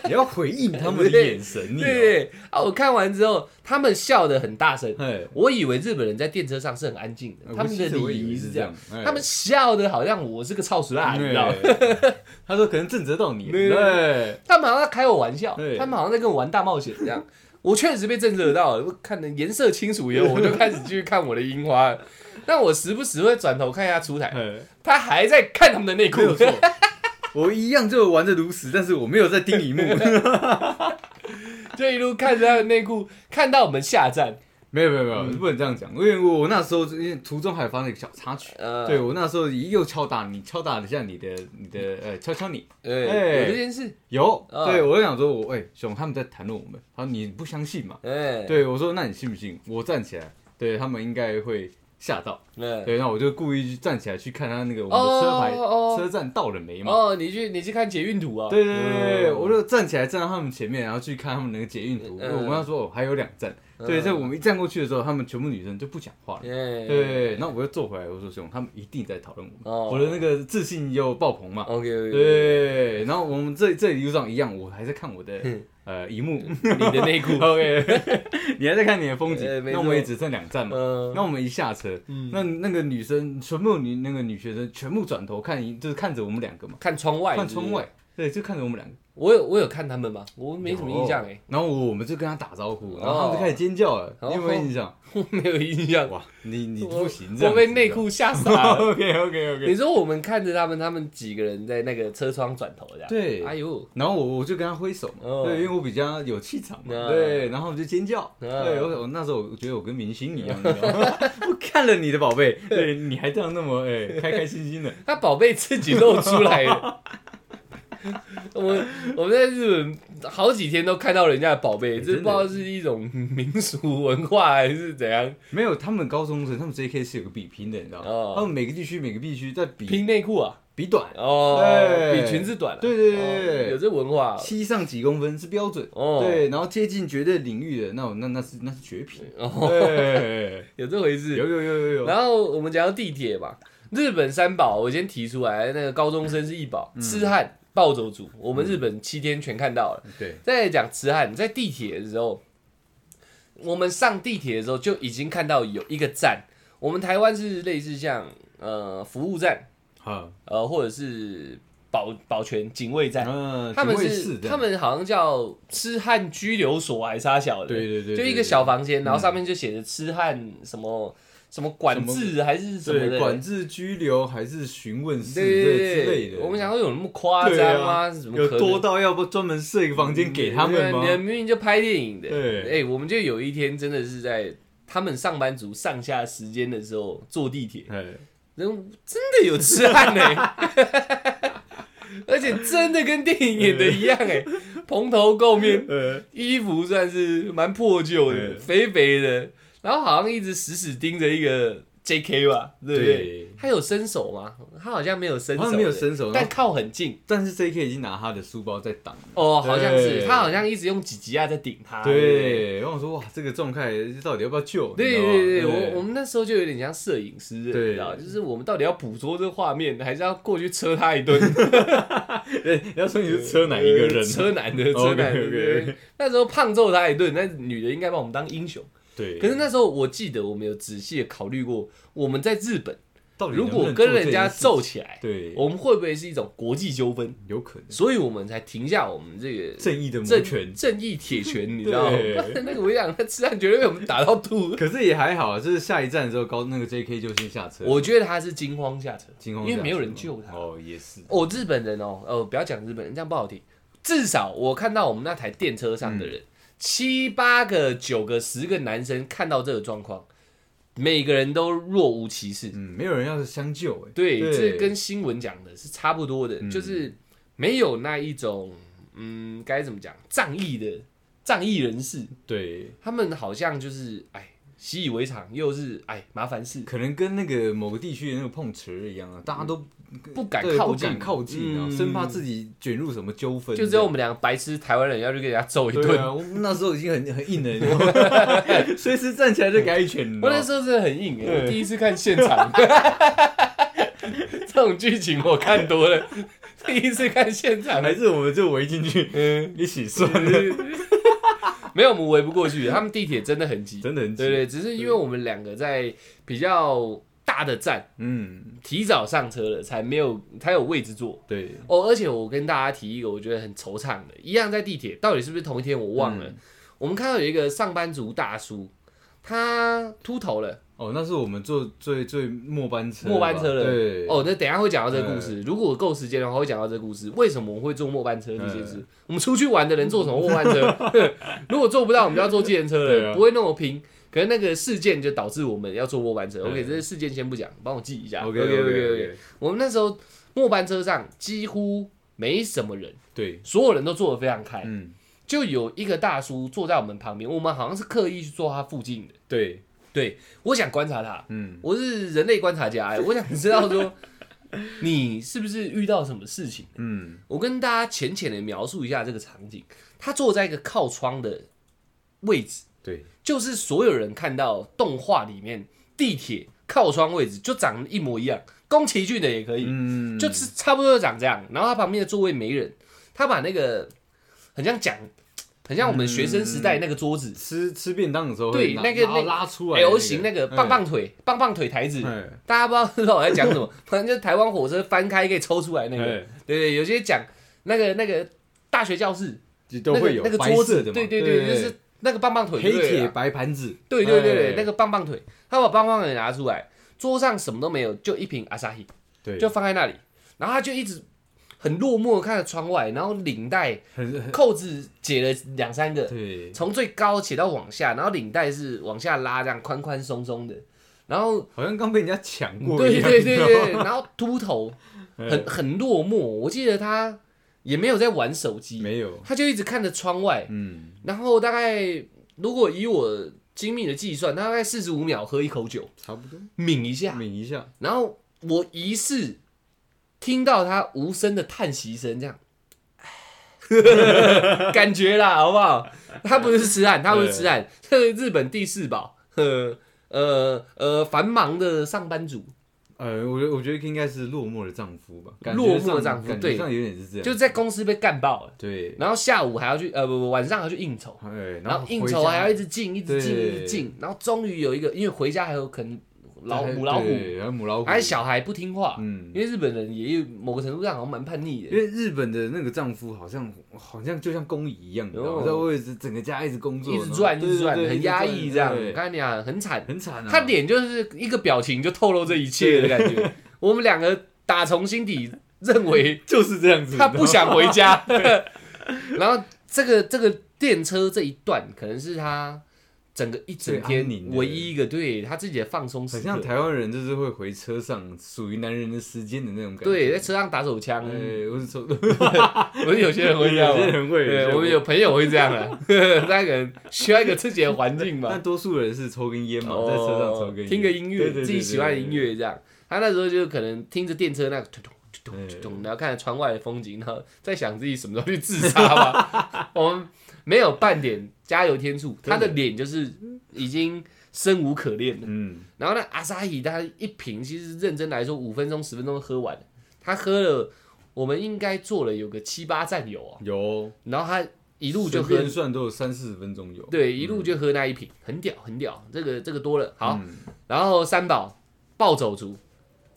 B: 你要回应他们的眼神，你哦。
A: 对啊，我看完之后，他们笑得很大声。
B: 哎，
A: 我以为日本人在电车上是很安静的，他们的
B: 呃我
A: 礼
B: 以为
A: 仪
B: 是
A: 是
B: 这
A: 这样
B: 样，，哎
A: 他们笑的好像我是个臭死辣，你知道吗？
B: 对 他说可能震慑到你，
A: 对
B: 对，
A: 他们好像在开我玩笑
B: 对，
A: 他们好像在跟我玩大冒险这样。我确实被震慑到了，我看的颜色清楚以后，我就开始继续看我的樱花 了。但我时不时会转头看一下出台，
B: 哎
A: 他还在看他们的内裤
B: 没。有错。我一样就玩的如此，但是我 没有在盯荧幕，
A: 就一路看着他的内裤，看到我们下站。
B: 没有没有没有，不能这样讲，因为我我那时候因为途中还有发生一个小插曲，
A: 呃，
B: 对我那时候又敲打你，敲打了一下你的你的呃，敲敲你，
A: 对，
B: 哎
A: 有这件事，
B: 有，
A: 啊
B: 对我就想说，我哎熊他们在谈论我们，他说你不相信嘛？
A: 哎，
B: 对我说那你信不信？我站起来，对他们应该会吓到，
A: 对，
B: 对，那我就故意站起来去看他那个我们的车牌、
A: 哎哦哦
B: 车站到了没嘛？
A: 哦，你去你去看捷运图啊？
B: 对对对对，
A: 嗯
B: 我就站起来站到他们前面，然后去看他们那个捷运图。
A: 嗯
B: 我跟他说哦，还有两站。对，
A: 嗯
B: 在我们一站过去的时候，他们全部女生就不讲话了。
A: 哎，
B: 对，那我又坐回来，我说兄，他们一定在讨论我们。
A: 哦
B: 我的那个自信又爆棚嘛。
A: ，OK，
B: 对，然后我们这这一路上一样，我还在看我的
A: 嗯
B: 呃荧幕。
A: 你的内裤，
B: OK，你还在看你的风景
A: 哎。没
B: 那
A: 错
B: 我们也只剩两站嘛。
A: 嗯
B: 那我们一下车，那那个女生全部女那个女学生全部转头看一，就是看着我们两个嘛，
A: 看窗外，
B: 看
A: 是不是
B: 窗。外，对，就看着我们两个。哦
A: 我有我有看他们吗？我没什么印象哎，
B: 然后我们就跟他打招呼，然后他们就开始尖叫了，
A: 哦
B: 你有没有印象？
A: 我 没有印象。
B: 哇，你你
A: 我
B: 不行，
A: 我被
B: 啊
A: 内。裤吓傻了。哎
B: OK OK
A: 你
B: OK。
A: 说我们看着他们，他们几个人在那个车窗转头这样，
B: 对
A: 哎呦，
B: 然后我我就跟他挥手嘛，
A: 哦
B: 对，因为我比较有气场嘛，
A: 嗯
B: 对，然后我就尖叫，
A: 嗯
B: 对我我那时候我觉得我跟明星一样，你知 道吗？我看了你的宝贝，对，你还这样那么哎开开心心的，
A: 他宝贝自己露出来 了。我我们在日本好几天都看到人家的宝贝，这
B: 哎
A: 不
B: 真的
A: 知道是一种民俗文化还是怎样，
B: 没有，他们高中生他们 JK 是有个比拼的，你知道
A: 哦
B: 吗？他们每个地区每个地区在比
A: 拼内裤啊，
B: 比短，
A: 哦，
B: 对
A: 比裙子短啊，
B: 对对对对
A: 哦
B: 对
A: 有这文化
B: 七上几公分是标准，
A: 哦，，
B: 对，然后接近绝对领域的那种，那那是那是绝品。
A: 哦，
B: 对，
A: 有这回事，
B: 有有有有 有，
A: 然后我们讲到地铁嘛，日本三宝，我先提出来，那个高中生是一宝，
B: 嗯
A: 痴汉、暴走族，我们日本七天全看到了。
B: 对，
A: 再来讲痴汉，在地铁的时候，我们上地铁的时候就已经看到有一个站，我们台湾是类似像呃服务站，
B: 好，
A: 呃或者是保保全警卫站，
B: 嗯，
A: 他们
B: 警卫室
A: 是
B: 这
A: 他
B: 样，
A: 们好像叫痴汉拘留所还是啥小的，
B: 对对对对嗯
A: 就一个小房间，然后上面就写着痴汉什么什么管制还是什么
B: 对
A: 的，
B: 管制、拘留还是询问室
A: 对
B: 这
A: 对
B: 之类
A: 对
B: 的，
A: 我们想说有那么夸张吗？
B: 对啊
A: 怎么
B: 有
A: 可
B: 多
A: 能？啊
B: 到要不专门设一个房间给他们吗
A: 你？明明就拍电影的，
B: 对
A: 哎，我们就有一天真的是在他们上班族上下时间的时候坐地铁，
B: 哎，
A: 人真的有痴汉呢， 而且真的跟电影演的一样 哎，蓬头垢面，
B: 呃，
A: 衣服算是蛮破旧的，
B: 嗯
A: 肥肥的，然后好像一直死死盯着一个 J.K. 吧，对不对？
B: 对
A: 他有伸手吗？他好像没有伸手，
B: 好像没有伸手然
A: 但
B: 后
A: 靠很近。
B: 但是 J.K. 已经拿他的书包在挡了。
A: 哦，好像是
B: 对
A: 他好像一直用几级亚在顶他。
B: 哎对，然后我说哇，这个状态到底要不要救？
A: 对
B: 你知
A: 对
B: 道吗
A: 对对，我我们那时候就有点像摄影师，你
B: 对
A: 知道，就是我们到底要捕捉这个画面，还是要过去车他一顿？
B: 对，你要说你是 车哪一个人？
A: 呃 车男的，车
B: OK，OK，OK
A: 男的。对那时候胖揍他一顿，那女的应该把我们当英雄。
B: 对，啊
A: 可是那时候我记得我们有仔细的考虑过，我们在日本
B: 到底
A: 如
B: 哦能不
A: 果
B: 能
A: 跟
B: 做这
A: 人家
B: 件事
A: 揍
B: 情，
A: 起来，
B: 对，
A: 我们会不会是一种国际纠纷？
B: 有可能
A: 所以我们才停下我们这个
B: 正义的魔
A: 正
B: 拳，
A: 正义铁拳，你知道吗
B: 对？
A: 那个我想，他吃饭绝对被我们打到吐。
B: 可是也还好啊，就是下一站的时候，高那个 J.K. 就先下车，
A: 我觉得他是惊慌下车，
B: 惊慌
A: 因为
B: 下
A: 没有
B: 车
A: 人救他
B: 哦，也是，
A: 哦，日本人哦，呃，不要讲日本人，这样不好听。至少我看到我们那台电车上的
B: 嗯
A: 人，七八个、九个、十个男生看到这个状况，每个人都若无其事。
B: 嗯，没有人要相救哎，嗯
A: 对，这跟新闻讲的是差不多的，就是没有那一种嗯，该怎么讲，仗义的仗义人士，
B: 对，
A: 他们好像就是哎习以为常，又是哎麻烦事，
B: 可能跟那个某个地区的那个碰瓷一样啊，大家都
A: 嗯不敢
B: 对
A: 靠
B: 不
A: 近，
B: 敢靠近啊，
A: 嗯
B: 生怕自己卷入什么纠纷。
A: 就只有我们两个白痴台湾人要去跟人家揍一
B: 这样对
A: 顿。
B: 啊，我们那时候已经很很硬了你知道吗， 随时站起来就给他一拳。你知道
A: 我
B: 吗
A: 那时候真的很硬、欸，
B: 对
A: 我第一次看现场， 这种剧情我看多了，第一次看现场
B: 还是我们就围进去
A: 嗯，
B: 一起算了，
A: 没有我们围不过去，他们地铁真的很挤，
B: 真的很
A: 嗯对
B: 紧。
A: 对，只是因为我们两个在比较大的站
B: 嗯，
A: 提早上车了，才没有才有位置坐。
B: 对，
A: 哦，而且我跟大家提一个我觉得很惆怅的，一样在地铁，到底是不是同一天我忘了。
B: 嗯
A: 我们看到有一个上班族大叔，他秃头了，
B: 哦，那是我们坐最最末班车吧，
A: 末班车了。
B: 对，
A: 哦，那等一下会讲到这个故事。如果够时间的话，会讲到这个故事。为什么我们会坐末班车这件事？我们出去玩的人坐什么末班车？ 如果做不到，我们就要坐计程车
B: 对
A: 了，
B: 啊
A: 不会那么拼。可是那个事件就导致我们要坐末班车。
B: 对
A: OK，这个事件先不讲，帮我记一下。
B: ，OK
A: OK
B: OK OK，
A: 我们那时候末班车上几乎没什么人，
B: 对，
A: 所有人都坐得非常开，
B: 嗯，
A: 就有一个大叔坐在我们旁边，我们好像是刻意去坐他附近的。
B: 对，
A: 对，我想观察他，
B: 嗯，
A: 我是人类观察家、 哎，我想知道说你是不是遇到什么事情。
B: 嗯，
A: 我跟大家浅浅的描述一下这个场景，他坐在一个靠窗的位置，
B: 对，
A: 就是所有人看到动画里面地铁靠窗位置就长得一模一样，宫崎骏的也可以，
B: 嗯，
A: 就是差不多就长这样。然后他旁边的座位没人，他把那个很像讲，很像我们学生时代那个桌子、
B: 吃吃便当的时候会
A: 对
B: 拿，
A: 那个
B: 拿
A: 那
B: 拉嗯出来
A: L 型那个棒，
B: 嗯
A: 棒腿、棒棒腿台子，
B: 哎
A: 大家不知道我在讲什么， 反正就是台湾火车翻开可以抽出来那
B: 哎
A: 个。
B: 哎
A: 对对，有些讲那个那个大学教室
B: 就都会有
A: 那个那
B: 白
A: 个桌
B: 色
A: 子，
B: 的嘛，
A: 对
B: 对
A: 对，就是那个棒棒腿，
B: 黑
A: 对
B: 铁
A: 啊，
B: 白盘子，
A: 对对对对，
B: 哎
A: 那个棒棒腿，他把棒棒腿拿出来，桌上什么都没有，就一瓶阿萨希，
B: 对，
A: 就放在那里，然后他就一直很落寞地看着窗外，然后领带
B: 很很
A: 扣子解了两三个，
B: 对，
A: 从最高解到往下，然后领带是往下拉，这样宽宽松松的，然后
B: 好像刚被人家抢过
A: 对
B: 一样，
A: 对
B: 你
A: 对
B: 知道哎
A: 对，然后秃头
B: 吗
A: 很很落寞，我记得他也没有在玩手
B: 哎
A: 机，
B: 没有，
A: 他就一直看着窗外，
B: 嗯，
A: 然后大概如果以我精密的计算，大概四十五秒喝一口酒，
B: 差不多，
A: 抿一下，
B: 抿一下，
A: 然后我疑似听到他无声的叹息声，这 样，感觉啦，好不好？他不是痴汉，他不是痴汉，这是日本第四宝，呃呃呃，繁忙的上班族，
B: 呃，我觉得我觉得应该是落寞的丈夫吧，感觉
A: 落寞的
B: 上
A: 丈夫
B: 感觉
A: 对
B: 上有点是这样，
A: 就是在公司被干爆了，
B: 对，
A: 然后下午还要去，呃不不，晚上还要去应酬。
B: 哎，
A: 然后应
B: 回
A: 酬啊
B: 家
A: 还要一直进，一直进，
B: 对
A: 一直进，然后终于有一个，因为回家还有可能老
B: 对
A: 母老虎，
B: 对还有母老虎，
A: 还有小孩不听话，
B: 嗯
A: 因。为日本人也有某个程度上好像蛮叛逆
B: 因
A: 的，
B: 为日本的那个丈夫好像好像就像工蚁一样，你知道吗？
A: 哦
B: 在位置整个家一直工作，
A: 一直转一直转，很压抑这样。我
B: 我
A: 跟你讲，很惨，
B: 很惨啊。
A: 他脸就是一个表情就透露这一切的感觉。我们两个打从心底认为
B: 就是这样子，
A: 他不想回 家，然后这个这个电车这一段可能是他。整个一整
B: 最
A: 天
B: 安宁的
A: 唯一一个对他自己的放松时
B: 很
A: 刻，
B: 像台湾人，就是会回车上属于男人的时间的那种感觉。
A: 对，在车上打手枪，
B: 对，我是 说，
A: 不是有些人会这样
B: 有些
A: 吗？
B: 人会，些
A: 对，
B: 人
A: 我们有朋友会这样啊 的，那个人需要一个自己的环境
B: 但
A: 嘛，
B: 多数人是抽根烟嘛，在车上抽根烟，
A: 哦听个音乐
B: 对，对对
A: 自己喜欢的音
B: 对
A: 乐这样。他那时候就可能听着电车那个咚咚咚
B: 对
A: 咚咚，然后看着窗外的风景，然后在想自己什么时候去自杀吧。 我们没有半点加油添醋，他的脸就是已经生无可恋了。
B: 嗯，
A: 然后呢，阿萨伊他一瓶，其实认真来说，五分钟十分钟喝完，他喝了，我们应该做了有个七八站有哦，
B: 有
A: 然后他一
B: 一
A: 路就喝
B: 便，算都有三四十分钟有。
A: 对，一路就喝那一瓶，很屌很屌，这个这个多了好，
B: 嗯，
A: 然后三宝暴走族，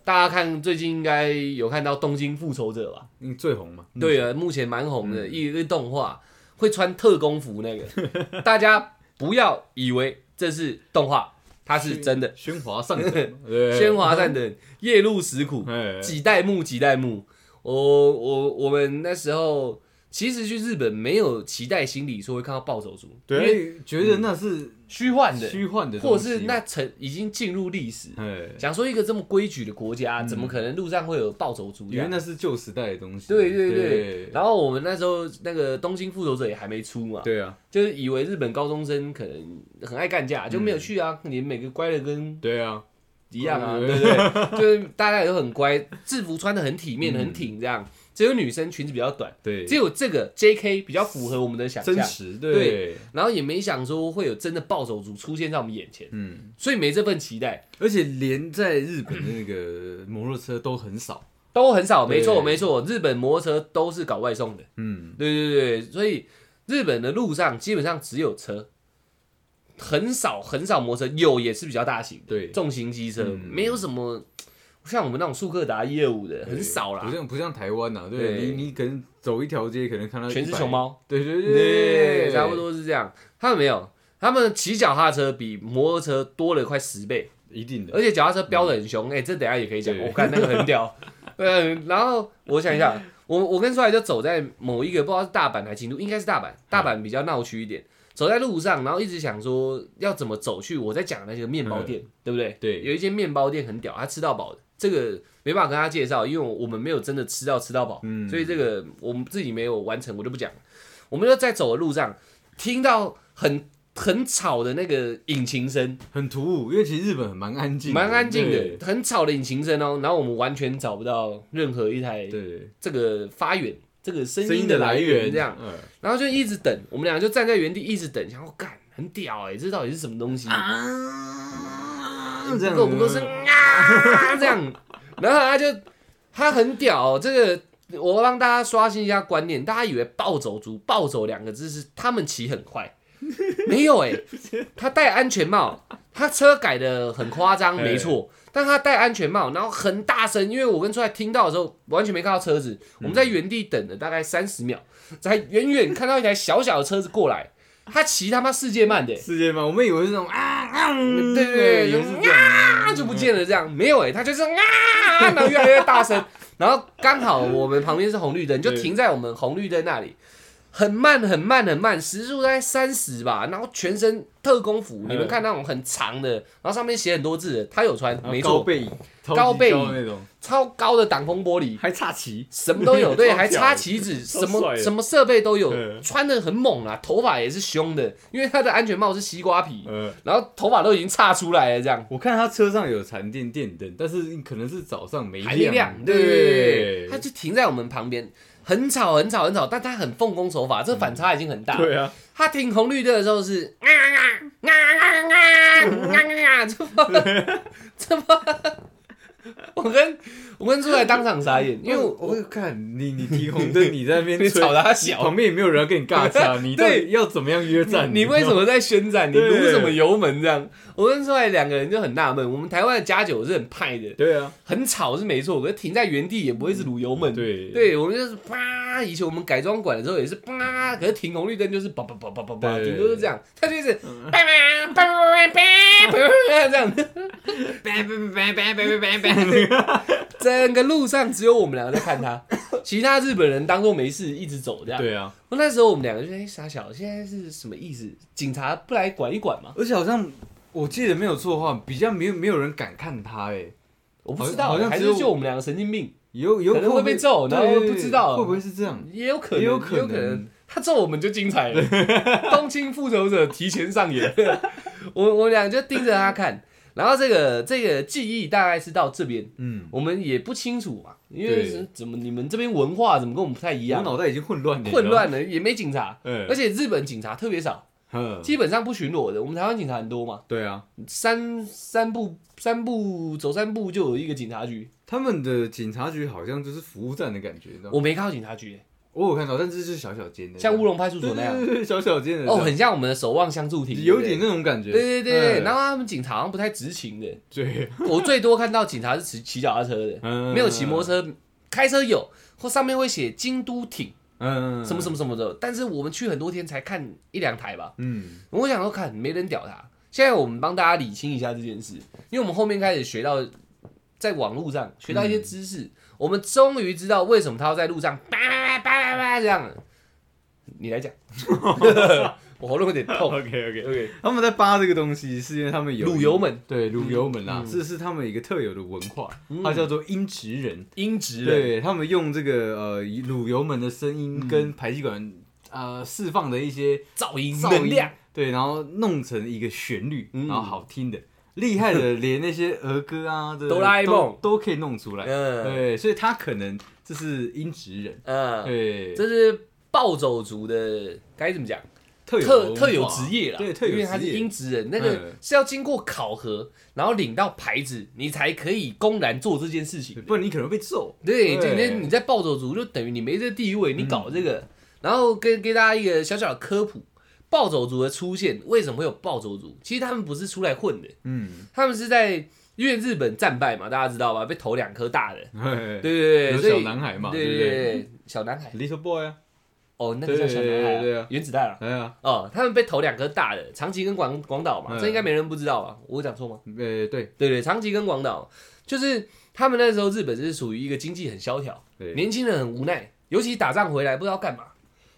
A: 大家看最近应该有看到《东京复仇者》吧？
B: 因为最红嘛。
A: 对啊，目前蛮红
B: 嗯
A: 的，一个动画会穿特工服那 个，大家不要以为这是动画，它是真的。
B: 喧哗上等 嘛，对
A: 喧哗战等，夜路食苦，
B: 哎，
A: 几代目几代目。我我我们那时候其实去日本没有期待心理，说会看到暴走族，
B: 因
C: 对，
B: 为觉得那是
A: 虚幻的，
B: 虚幻的
A: 嗯
B: 东
A: 或者
B: 西嘛，
A: 是那啊成已经进入历史。
B: 哎，
A: 想说一个这么规矩的国家，怎么可能路上会有暴走族这
B: 嗯因为
A: 样？
B: 那是旧时代的东西。
A: 对对
B: 对
A: 对。然后我们那时候那个《东京复仇者》也还没出嘛，
B: 对啊，
A: 就是以为日本高中生可能很爱干架，就没有
B: 嗯
A: 去啊，你们每个乖的跟
B: 对啊，
A: 一样啊，
B: 嗯
A: 对不对？就是大家也都很乖，制服穿的很体面、很挺，这样。只有女生裙子比较短，
B: 嗯对，
A: 只有这个 J.K. 比较符合我们的想
B: 真
A: 象，
B: 实，
A: 对
B: 对，
A: 然后也没想说会有真的暴走族出现在我们眼前，
B: 嗯，
A: 所以没这份期待，
B: 而且连在日本的那个摩托车都很少，
A: 都很少。
B: 对
A: 没错，没错，日本摩托车都是搞外送的，
B: 嗯，
A: 对对对，所以日本的路上基本上只有车，很少很少摩托车，有也是比较大型的
B: 对，
A: 重型机车，
B: 嗯
A: 没有什么像我们那种速克达业务的很少
B: 不
A: 啦，
B: 像不像台湾呐，
A: 对
B: 对你你可能走一条街，可能看到
A: 全是
B: 100
A: 熊，猫。
B: 对对
A: 对，
B: 对，
A: 差不多是这样。他们没有，他们骑脚踏车比摩托车多了快十倍，
B: 一定的，
A: 而且脚踏车飙得很凶。哎、这等一下也可以讲，
B: 嗯对
A: 我看那个很 屌。呃，然后我想一下，我我跟帅就走在某一个不知道是大阪还是京都，应该是大
B: 嗯
A: 阪，大阪比较闹区一点。走在路上，然后一直想说要怎么走去我在讲那个面包店，对不对？
B: 嗯对
A: 有一间面包店很屌，他吃到饱的，这个没办法跟他介绍，因为我们没有真的吃到吃到饱，
B: 嗯
A: 所以这个我们自己没有完成，我就不讲了。我们就在走的路上听到很很吵的那个引擎声，
B: 很突兀，因为其实日本蛮安静，
A: 蛮安静
B: 对
A: 的，很吵的引擎声哦。然后我们完全找不到任何一台
B: 对，
A: 这个发源这个声
B: 声
A: 音
B: 音
A: 的
B: 的
A: 来
B: 来
A: 源
B: 源
A: 这样，
B: 嗯
A: 然后就一直等，我们俩就站在原地一直等，想要干很屌哎、这到底是什么东西？
B: 啊，这
A: 不
B: 样
A: 够不够
B: 子
A: 深 啊，这样。然后他就他很屌、哦，这个我帮大家刷新一下观念，大家以为暴走族“暴走”两个字是他们骑很 快，没有哎、他戴安全帽，他车改的很夸张，
B: 哎
A: 没错。但他戴安全帽，然后很大声，因为我跟出来听到的时候完全没看到车
B: 嗯
A: 子，我们在原地等了大概三十秒，才远远看到一台小小的车子过来，他骑他妈世界慢的、欸，
B: 世界吗？我们以为是那种啊啊，
A: 对对对，
B: 以为是这样
A: 啊就不见了，这样没有哎、欸，他就是啊，然后越来越大声，然后刚好我们旁边是红绿灯，就
B: 对
A: 停在我们红绿灯那里，很慢很慢很慢，时速大概三十吧，然后全身特工服，
C: 嗯
A: 你们看那种很长的，然后上面写很多字的，他有
C: 啊
A: 穿，
B: 然后
A: 没
B: 高
A: 错，
B: 背椅，超级
A: 高背椅
B: 高那种，
A: 超高的挡风玻璃，
B: 还差旗，
A: 什么 都有，对，
C: 超屌
A: 还插旗子，
C: 超
A: 什
C: 帅
A: 么
C: 的
A: 什么设备都有，
C: 嗯
A: 穿的很猛啊，头发也是凶的，因为他的安全帽是西瓜皮，
C: 嗯
B: 呃。
A: 然后头发都已经岔出来了，这样。
B: 我看他车上有残电电灯，但是可能是早上没
A: 还没亮，对对对，他就停在我们旁边，很吵很吵很吵，但他很奉公守法，这反差已经很大。
C: 对啊，
A: 他停红绿灯的时候是啊啊啊啊啊啊啊，怎么怎么？我跟我跟出来当场傻眼，因
B: 因
A: 为
B: 为
A: 我
B: 我我看你你提红灯，你在那边
A: 你
B: 吹
A: 吵他小
B: 旁，边也没有人要跟你尬掐，你到底要怎么样约战？
A: 你为什么在宣战？你
B: 对
A: 撸什么油门这样？我跟出来两个人就很纳闷，我们台湾的加酒是很派的
B: 你，知道吗？对啊，
A: 很吵是没错，可是停在原地也不会是撸油门，
B: 对
A: 对，我们就是啪，以前我们改装馆的时候也是啪，可是停红绿灯就是叭叭叭叭叭叭，
B: 对
A: 顶多是这样，它就是叭叭叭叭叭叭叭这样，
B: 拜拜拜拜拜拜拜拜，
A: 整个路上只有我们两个在看他，其他日本人当做没事一直走这样。
B: 对啊，
A: 那时候我们两个就哎傻小，现在是什么意思？警察不来管一管吗？
B: 而且好像我记得没有错的话，比较没有没有人敢看他哎、
A: 我不知道
B: 好像，
A: 还
B: 只
A: 是
B: 有
A: 就我们两个神经病，
B: 有有
A: 可能会被揍
B: 对
A: 然后
B: 对对
A: 不知道
B: 会不会是这样？
A: 也有可能，
B: 也有
A: 可
B: 可能
A: 他揍我们就精彩了， 《东京复仇者》提前上演。 我我俩就盯着他看，然后这个这个记忆大概是到这边，
B: 嗯，
A: 我们也不清楚嘛，因为
B: 对
A: 是怎么你们这边文化怎么跟我们不太一
B: 嗯我
A: 样，
B: 脑袋已经混乱了，
A: 混乱了，也没警察，
B: 嗯
A: 而且日本警察特别少，
B: 嗯，
A: 基本上不巡逻的。我们台湾警察很多嘛，
B: 对啊，
A: 三三步三步走三步就有一个警察局，
B: 他们的警察局好像就是服务站的感觉，你知道吗？
A: 我没看到警察局、
B: 我有看到，但是就是小小间的，
A: 像乌龙派出
B: 嗯对
A: 所那
B: 对
A: 样，
B: 对对，小小间的这
A: 哦，
B: 样，
A: 很像我们的守望相助亭，对
B: 有
A: 不对
B: 点那种感觉，
A: 对对对，
B: 嗯
A: 然后他们警察好像不太执勤的，
B: 对，
A: 我最多看到警察是骑骑脚踏车的，
B: 嗯
A: 没有骑摩，托车，开车有，或上面会写京都挺
B: 嗯，
A: 什么什
B: 么，
A: 么什么的，但是我们去很多天才看一两台吧，
B: 嗯，
A: 我想说看没人屌他。现在我们帮大家理清一下这件事，因为我们后面开始学到，在网络上
B: 嗯
A: 学到一些知识，我们终于知道为什么他要在路上叭叭叭叭叭叭这样了，你来 讲， 我喉咙有点痛。
B: OK OK，
A: OK，
B: 他们在扒这个东西，是因为他们有
A: 乳油们，
B: 对乳油们啊，这是他们一个特有的文化，它叫做音质人。
A: 音质人
B: 对他们用这个呃以乳油们的声音跟排气管呃释放的一些
A: 噪音
B: 噪音
A: 能量，，
B: 对，然后弄成一个旋律，
A: 嗯
B: 然后好听的。厉害的，连那些儿歌啊，对
A: 哆啦 A 梦
B: 都都可以弄出来。
A: 嗯
B: 对，所以他可能这是音质人，
A: 嗯，
B: 对，
A: 这是暴走族的该怎么讲？
B: 特
A: 特
B: 有
A: 特
B: 特
A: 有职业啦，
B: 对，特
A: 因
B: 有职
A: 为
B: 业，
A: 他是音质人，那个
B: 嗯
A: 是要经过考核，然后领到牌子，你才可以公然做这件事情
B: 对。不然你可能会被揍。
A: 对，
B: 对嗯
A: 今天你在暴走族就等于你没这个地位，你搞这个，然后跟给大家一个小小的科普：暴走族的出现为什么会有暴走族？其实他们不是出来混的，
B: 嗯，
A: 他们是在因为日本战败嘛，大家知道吧？被投两颗大的，对
B: 对
A: 对
B: 有
A: 对，所
B: 小
A: 以
B: 男孩嘛，
A: 对
B: 对不
A: 对
B: 对
A: 对小男孩
B: ？Little boy 啊，
A: 哦，那个叫小男孩、
B: 对对对对啊
A: 原子弹啊。
B: 哎呀，
A: 哦，他们被投两颗大的，长崎跟广广岛嘛，
B: 嗯
A: 这应该没人不知道吧？我讲错吗？
B: 呃，对
A: 对对，长崎跟广岛，就是他们那时候日本是属于一个经济很萧条，
B: 对，
A: 年轻人很无奈，尤其打仗回来不知道干嘛，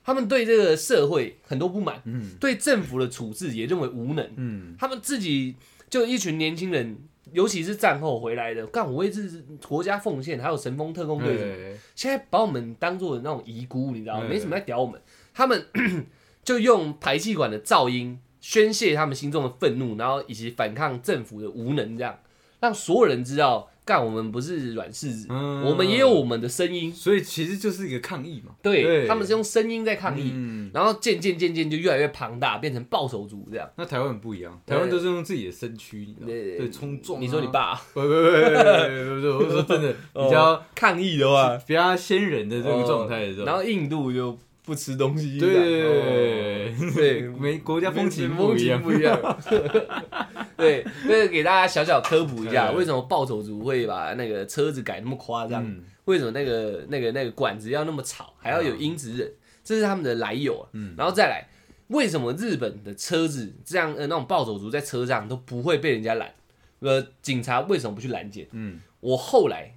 A: 他们对这个社会很多不满，
B: 嗯
A: 对政府的处置也认为无能，
B: 嗯，
A: 他们自己就一群年轻人，尤其是战后回来的，干我为自国家奉献，还有神风特工队什么的
B: 对，
A: 现在把我们当做那种遗孤，你知道吗？
B: 嗯
A: 没什么在屌我们，他们 就用排气管的噪音宣泄他们心中的愤怒，然后以及反抗政府的无能，这样让所有人知道，干我们不是软柿子，
B: 嗯
A: 我们也有我们的声音。
B: 所以其实就是一个抗议嘛，
A: 对，
B: 对
A: 他们是用声音在抗议，
B: 嗯，
A: 然后渐渐渐渐就越来越庞大，变成暴走族这样。
B: 那台湾很不一样，
A: 对
B: 台湾都是用自己的身躯，你知道吗对，冲撞啊。
A: 你说你爸 啊
B: 不？不不不不不不，我说真的，比较
A: 抗议的话，
B: 比较仙人的这种状态的时候，
A: 然后印度就不吃东西这
B: 对
A: 样，
B: 对
A: 哦
B: 对
A: 对
B: 对，，每国家风情
A: 风
B: 不一
A: 情
B: 样，
A: 不一样。 对，那个给大家小小科普一下，
B: 嗯
A: 为什么暴走族会把那个车子改那么夸张？
B: 嗯
A: 为什么那个那个那个管子要那么吵，还要有音质人？这是他们的来由啊。
B: 嗯
A: 然后再来，为什么日本的车子这样呃那种暴走族在车上都不会被人家拦？呃，警察为什么不去拦截？
B: 嗯
A: 我后来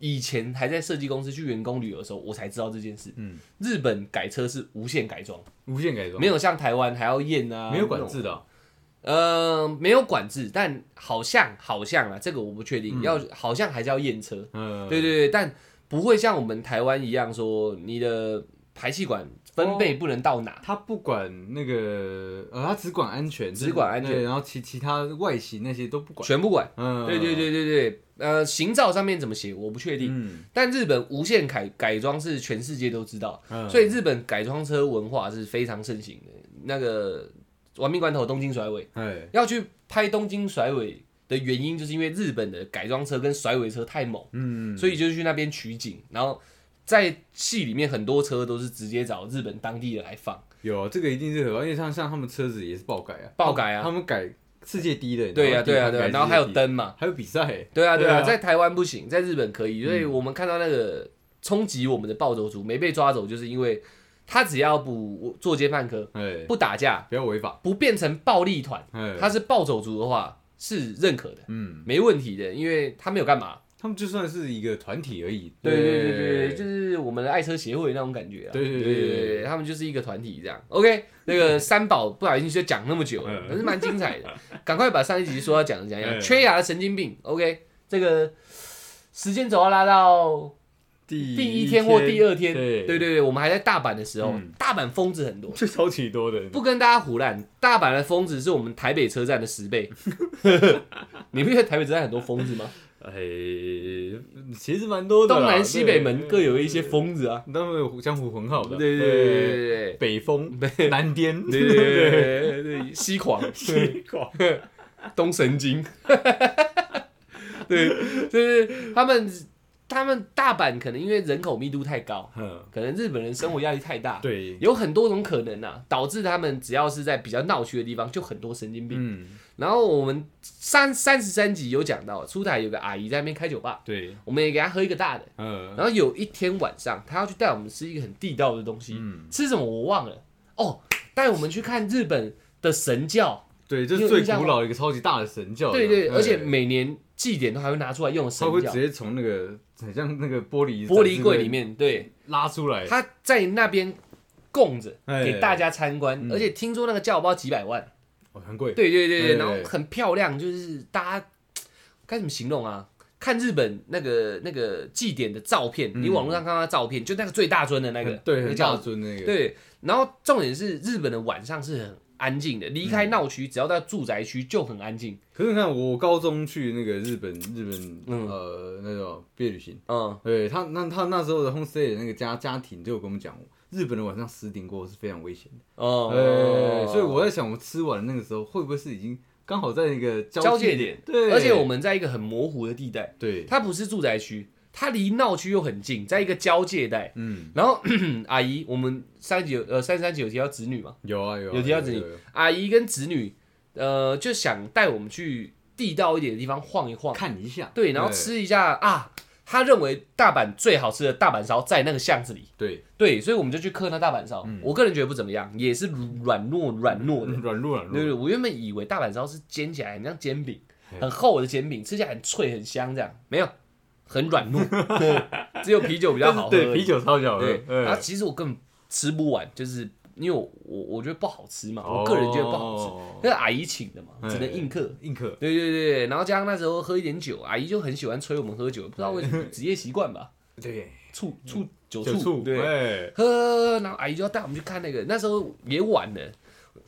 A: 以前还在设计公司去员工旅游的时候，我才知道这件事。
B: 嗯，
A: 日本改车是无限改装，
B: 无限改装，
A: 没有像台湾还要验啊，
B: 没有管制的哦，
A: 呃，没有管制，但好像好像啊，这个我不确定，要好像还是要验车，
B: 嗯，
A: 对对对，但不会像我们台湾一样说你的排气管分贝不能到哪，
B: 他不管那个，呃，他只管安全，
A: 只管安全
B: 对然后其其他外形那些都不管。
A: 全不管。
B: 嗯，
A: 对对对对对，呃，行照上面怎么写我不确定，
B: 嗯，
A: 但日本无限改改装是全世界都知道，
B: 嗯，
A: 所以日本改装车文化是非常盛行的。那个亡命关头东京甩尾
B: 哎，
A: 要去拍东京甩尾的原因，就是因为日本的改装车跟甩尾车太猛。
B: 嗯，
A: 所以就去那边取景，然后在戏里面很多车都是直接找日本当地的来放，
B: 有啊这个一定是有啊，因为像像他们车子也是爆改啊，
A: 爆改啊
B: 他们改世界第一的，
A: 对呀、啊
B: 呀
A: 对呀、
B: 呀
A: 对、
B: 呀，
A: 然后还有
B: 世界第一，
A: 灯嘛，
B: 还有比赛，
A: 对啊对
B: 对
A: 啊，嗯
B: 啊
A: 在台湾不行，在日本可以，所以我们看到那个冲击我们的暴走族没被抓走，就是因为他只要不做奸犯科，
B: 哎，
A: 不打架，
B: 不要违法，
A: 不变成暴力团，
B: 哎，
A: 他是暴走族的话是认可的，
B: 嗯，
A: 没问题的，因为他没有干嘛。
B: 他们就算是一个团体而已，
A: 对对对对对，就是我们的爱车协会那种感觉啊。
B: 对
A: 对
B: 对对
A: 对
B: 对
A: 对，他们就是一个团体这样。OK，那个三宝不小心就讲那么久了，
B: 嗯
A: 可是蛮精 彩的。赶快把上一集说要讲的讲一讲。
B: 嗯
A: 缺牙的神经病，OK，这个时间轴要拉到
B: 第
A: 第一天或第二天。
B: 对
A: 对对，对，我们还在大阪的时候
B: 嗯，
A: 大阪疯子很多。
B: 就超级多的，
A: 不跟大家胡乱，大阪的疯子是我们台北车站的十 倍。你不觉得台北车站很多疯子吗？
B: 哎，其实蛮多的啦，
A: 东南西北
B: 对
A: 门各有一些，疯子啊。
B: 他们有江湖混号的，
A: 对对对对对对。
B: 北 风、南颠，
A: 对对对对对对，西狂， 对东神 经，对，就是他们他们大阪可能因为人口密度太高，
B: 嗯，
A: 可能日本人生活压力太大，
B: 对，
A: 有很多种可能啊，导致他们只要是在比较闹区的地方，就很多神经病。
B: 嗯，
A: 然后我们三三十三集有讲到，出台有个阿姨在那边开酒吧，
B: 对，
A: 我们也给她喝一个大的。
B: 嗯，
A: 然后有一天晚上，她要去带我们吃一个很地道的东西，
B: 嗯，
A: 吃什么我忘了哦，带我们去看日本的神教，
B: 对，这
A: 你有
B: 是最
A: 印象
B: 古
A: 吗
B: 老的一个超级大的神教，
A: 对对，而且每年祭典都还会拿出来用的神
B: 哦他会
A: 教
B: 直，接从那个很像那个玻璃
A: 玻璃柜里
B: 面
A: 面，对，
B: 拉出来，
A: 他在那边供着
B: 哎
A: 给大家参观，
B: 嗯
A: 而且听说那个价我不知道几百万，
B: 哦，很贵，
A: 对对对对，
B: 对
A: 然后很漂亮，就是大家该怎么形容啊？看日本那个那个祭典的照片，
B: 嗯
A: 你网络上看到的照片，就那个最大尊的那个
B: 很，对，
A: 那
B: 很
A: 叫
B: 大尊那个，
A: 对，然后重点是日本的晚上是很安静的，离开闹区，只要到住宅区就很安静。
B: 可是你看，我高中去那个日本，日本、
A: 嗯
B: 呃那种毕业旅行，
A: 嗯，
B: 对他那他那时候的 homestay 的那个家家庭就有跟我们讲，日本的晚上十点过是非常危险的。
A: 哦
B: 对，哎所以我在想，我们吃完那个时候会不会是已经刚好在那个
A: 交界
B: 界
A: 点
B: 对，
A: 而且我们在一个很模糊的地带，
B: 对，
A: 它不是住宅区，它离闹区又很近，在一个交界带。
B: 嗯，
A: 然后 阿姨，我们三十九呃三十三集有提到子女嘛，
B: 有啊有啊
A: 有提到子女
B: 有有有，
A: 阿姨跟子女呃就想带我们去地道一点的地方晃一晃，
B: 看一下，
A: 对，然后吃一下啊，他认为大阪最好吃的大阪烧在那个巷子里。
B: 对，
A: 对，所以我们就去刻那大阪烧。
B: 嗯
A: 我个人觉得不怎么样，也是软糯软糯的。
B: 对软弱软
A: 对对，
B: 弱，
A: 我原本以为大阪烧是煎起来很像煎饼，
B: 嘿
A: 很厚的煎饼，吃起来很脆很香这样，没有，很软糯，对只有啤酒比较
B: 但是
A: 好喝。
B: 对啤酒超小的
A: 对，，然后
B: 嗯
A: 其实我根本吃不完，就是因为我我我觉得不好吃嘛，我个人觉得不好吃，
B: 哦
A: 那个阿姨请的嘛，只能
B: 嘿
A: 硬客。
B: 硬客，
A: 对对对，然后加上那时候喝一点酒，阿姨就很喜欢催我们喝酒，不知道为什 么职业习惯吧，
B: 对，
A: 醋醋酒
B: 酒
A: 醋
B: 醋，
A: 对。
B: 哎，
A: 喝，然后阿姨就要带我们去看那个，那时候也晚了，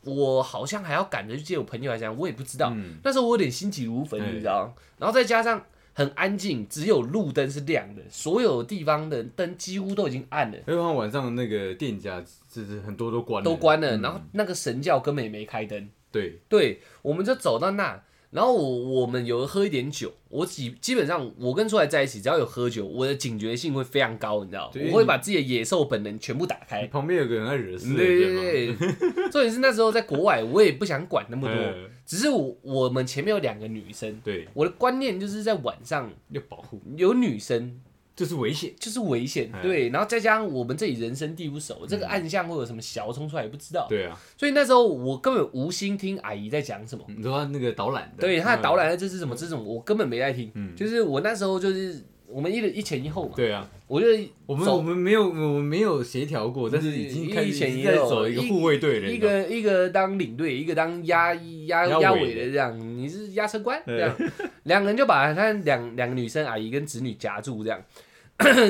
A: 我好像还要赶着去接我朋友，还是怎样，我也不知道。
B: 嗯
A: 那时候我有点心急如焚，
B: 哎
A: 你知道吗？然后再加上很安静，只有路灯是亮的，所有地方的灯几乎都已经暗了，
B: 因为晚上那个店家就是很多都关了
A: 都，关了，
B: 嗯
A: 然后那个神教根本也没开灯。
B: 对，
A: 对，我们就走到那。然后我我们有喝一点酒，我基基本上我跟出来在一起，只要有喝酒，我的警觉性会非常高，你知道吗，
B: 对
A: 我会把自己的野兽本能全部打开，
B: 旁边有个人在惹事，
A: 哎
B: 哎
A: 对对 对，重点是那时候在国外，我也不想管那么多，
B: 嗯
A: 只是我我们前面有两个女生，
B: 对，
A: 我的观念就是在晚上
B: 要保护，
A: 有女生
B: 就是危险，
A: 就是危险，
B: 哎
A: 对，然后再加上我们这里人生地不熟，这个暗巷会有什么小冲出来也不知道，
B: 嗯对啊，
A: 所以那时候我根本无心听阿姨在讲什么，
B: 你说他那个导览的，
A: 对，她的
B: 嗯
A: 导，览这是什么这是什么，我根本没在听，
B: 嗯
A: 就是我那时候就是我们一人一前一后嘛，
B: 对啊，
A: 我就
B: 我们
A: 走
B: 我们没有我们没有协调过，但是已经开始
A: 一前一
B: 在
A: 后
B: 走一个护卫队了，
A: 一
B: 你知道吗
A: 个一个当领队，一个当压压
B: 压
A: 压
B: 哦尾
A: 尾
B: 的
A: 的这样，你是压车官
B: 对
A: 这样， 两个人就把他两两个女生阿姨跟子女夹住这样。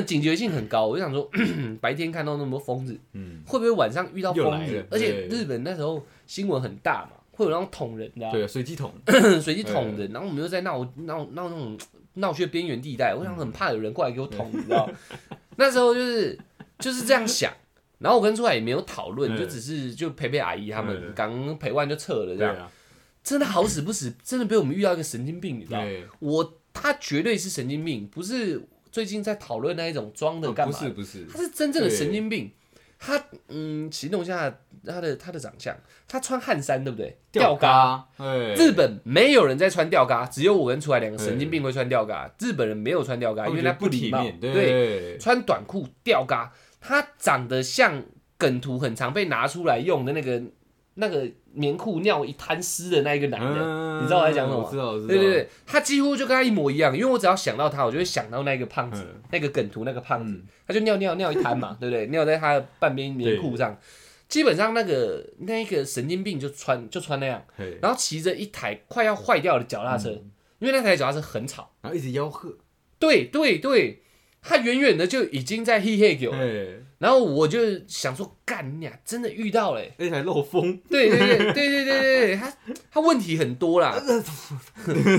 A: 警觉性很高，我就想说， 白天看到那么多疯子，
B: 嗯，
A: 会不会晚上遇到
B: 又
A: 疯
B: 来
A: 子
B: 了？
A: 而且
B: 对
A: 日本那时候新闻很大嘛，会有那种捅人的、啊，
B: 对啊，水机桶，
A: 随机捅人，然后我们又在闹闹闹那种闹区的边缘地带，我想很怕有人过来给我捅，你知道？那时候就是就是这样想，然后我跟出来也没有讨论，
B: 嗯
A: 就只是就陪陪阿姨他们，
B: 嗯
A: 刚陪完就撤了这
B: 对
A: 样。
B: 啊，
A: 真的好死不死，真的被我们遇到一个神经病，你知道？
B: 对，
A: 我他绝对是神经病，不是最近在讨论那一种装的
B: 哦
A: 干
B: 不
A: 嘛的
B: 是不是，
A: 他是真正的神经病。他嗯，形容一下他的他的长相，他穿汗衫对不对？吊嘎，
B: 嘎，哎，
A: 日本啊没有人在穿吊嘎，只有我跟出来两个神经病会穿吊嘎。日本人没有穿吊嘎，
B: 他
A: 因
B: 们
A: 为
B: 觉得
A: 不礼
B: 体
A: 貌。
B: 面，对，嗯
A: 穿短裤吊嘎，他长得像梗图很常被拿出来用的那个那个棉裤尿一滩湿的那一个男人。
B: 嗯
A: 你知道我在讲什么吗
B: 我知道，我知道，
A: 对对对，他几乎就跟他一模一样，因为我只要想到他，我就会想到那个胖子，
B: 嗯
A: 那个梗图那个胖子，
B: 嗯
A: 他就尿尿尿一滩 嘛，对不对？尿在他的半边棉裤上，基本上那个那个神经病就穿就穿那样。
B: 对，嗯
A: 然后骑着一台快要坏掉的脚踏车，因为那台脚踏车很吵。
B: 然后一直吆喝，
A: 对对对，他远远的就已经在嘿嘿给我，
B: 哎，
A: 然后我就想说，干你啊，真的遇到了欸、
B: 而哎且还漏风，
A: 对对对对对对对对，他他问题很多 啦，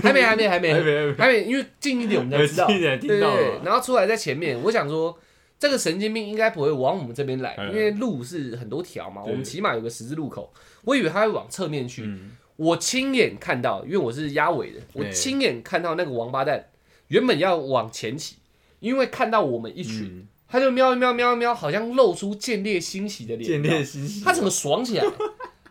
A: 还没还没还没
B: 还哎没还没
A: 还没，因为近一点我们才知道，
B: 近一点
A: 对对
B: 听到了
A: 对，然后出来在前面，我想说。这个神经病应该不会往我们这边来，
B: 嗯
A: 因为路是很多条嘛，
B: 对
A: 我们起码有个十字路口。我以为他会往侧面去，
B: 嗯，哎
A: 我亲眼看到，因为我是压尾的，我亲眼看到那个王八蛋原本要往前骑，因为看到我们一群，
B: 嗯
A: 他就喵喵喵喵，好像露出见猎欣喜的脸，
B: 见
A: 你知
B: 猎
A: 道吗，
B: 心喜，
A: 他整个爽 起来，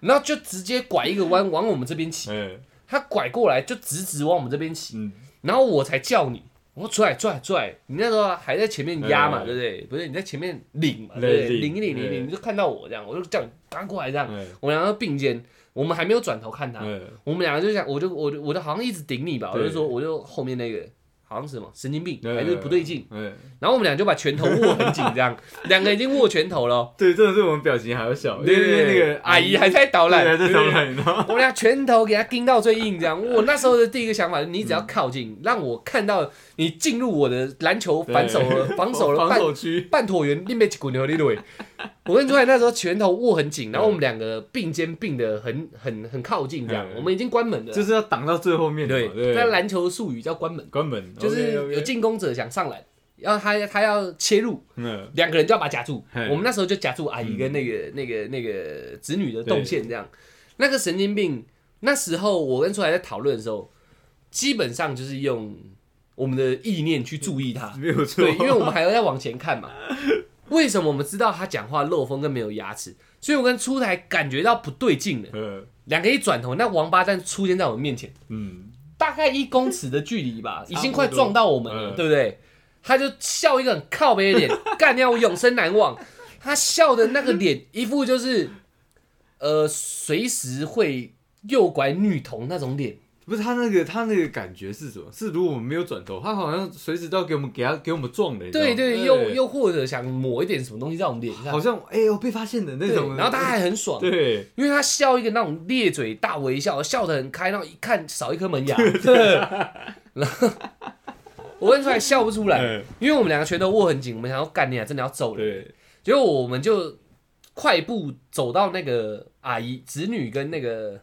A: 然后就直接拐一个弯往我们这边骑，
B: 哎，
A: 他拐过来就直直往我们这边骑，
B: 嗯，
A: 然后我才叫你。我说出来，出来，出来！你那时候还在前面压嘛，
B: 嗯
A: 对不对？不是你在前面领嘛，
B: 对
A: 对不对？领
B: 领
A: 一领，领一领，
B: 嗯
A: 你就看到我这样，我就叫你赶快过来这样。
B: 哎
A: 我们两个并肩，我们还没有转头看他，
B: 哎，
A: 我们两个就想，我就我就我就好像一直顶你吧，我
B: 对嗯
A: 就说我就后面那个，好像是什么神经病，
B: 对
A: 还是不对劲。，
B: 对
A: 然后我们俩就把拳头握很紧，这样两个已经握拳头了哦。
B: 对，真的是我们表情还要笑，
A: 对
B: 因为
A: 对对，
B: 那个
A: 阿姨还在捣
B: 对还
A: 乱，
B: 在
A: 对
B: 捣。乱，你知道吗？
A: 我们俩拳头给他盯到最硬，这样。我那时候的第一个想法，你只要靠近，让我看到你进入我的篮球反手了，防守了
B: 防
A: 半
B: 守区，
A: 半椭圆，立面起滚流利腿。我跟朱海那时候拳头握很紧，然后我们两个并肩并的很很很靠近，这样
B: 嗯。
A: 我们已经关门了
B: 就，是要挡到最后面的嘛，
A: 对，
B: 对，
A: 在篮球术语叫关门，
B: 关门
A: 就是有，进攻者想上篮，然后他他要切入，
B: 嗯，
A: 两个人就要把它夹住
B: 嘿。
A: 我们那时候就夹住阿姨跟那个、那个那个子女的动线，这样。那个神经病，那时候我跟出来在讨论的时候，基本上就是用我们的意念去注意他，
B: 没有
A: 啊
B: 错，
A: 对，因为我们还要再往前看嘛。为什么我们知道他讲话漏风跟没有牙齿？所以我跟出台感觉到不对劲了，
B: 呃，
A: 两个一转头，那王八蛋出现在我们面前。
B: 嗯，
A: 大概一公尺的距离吧，已经
B: 差不多
A: 快撞到我们了，
B: 嗯
A: 对不对？他就笑一个很靠北的脸， 干掉我永生难忘。他笑的那个脸，一副就是呃随时会诱拐女童那种脸。
B: 不是他那个他那个感觉是什么？是如果我们没有转头，他好像随时都要给我们给他给我们撞的，你知道
A: 对
B: 吗
A: 对，又又或者想抹一点什么东西在我们脸
B: 好
A: 上，
B: 像哎呦被发现的那
A: 对
B: 种，，
A: 然后他还很爽，
B: 对，
A: 因为他笑一个那种咧嘴大微笑，笑得很开，然后一看少一颗门牙， 然后我问出来笑不出来，
B: 嗯
A: 因为我们两个拳头握很紧，我们想要干你啊，真的要揍人。
B: 对，
A: 结果我们就快步走到那个阿姨、子女跟那个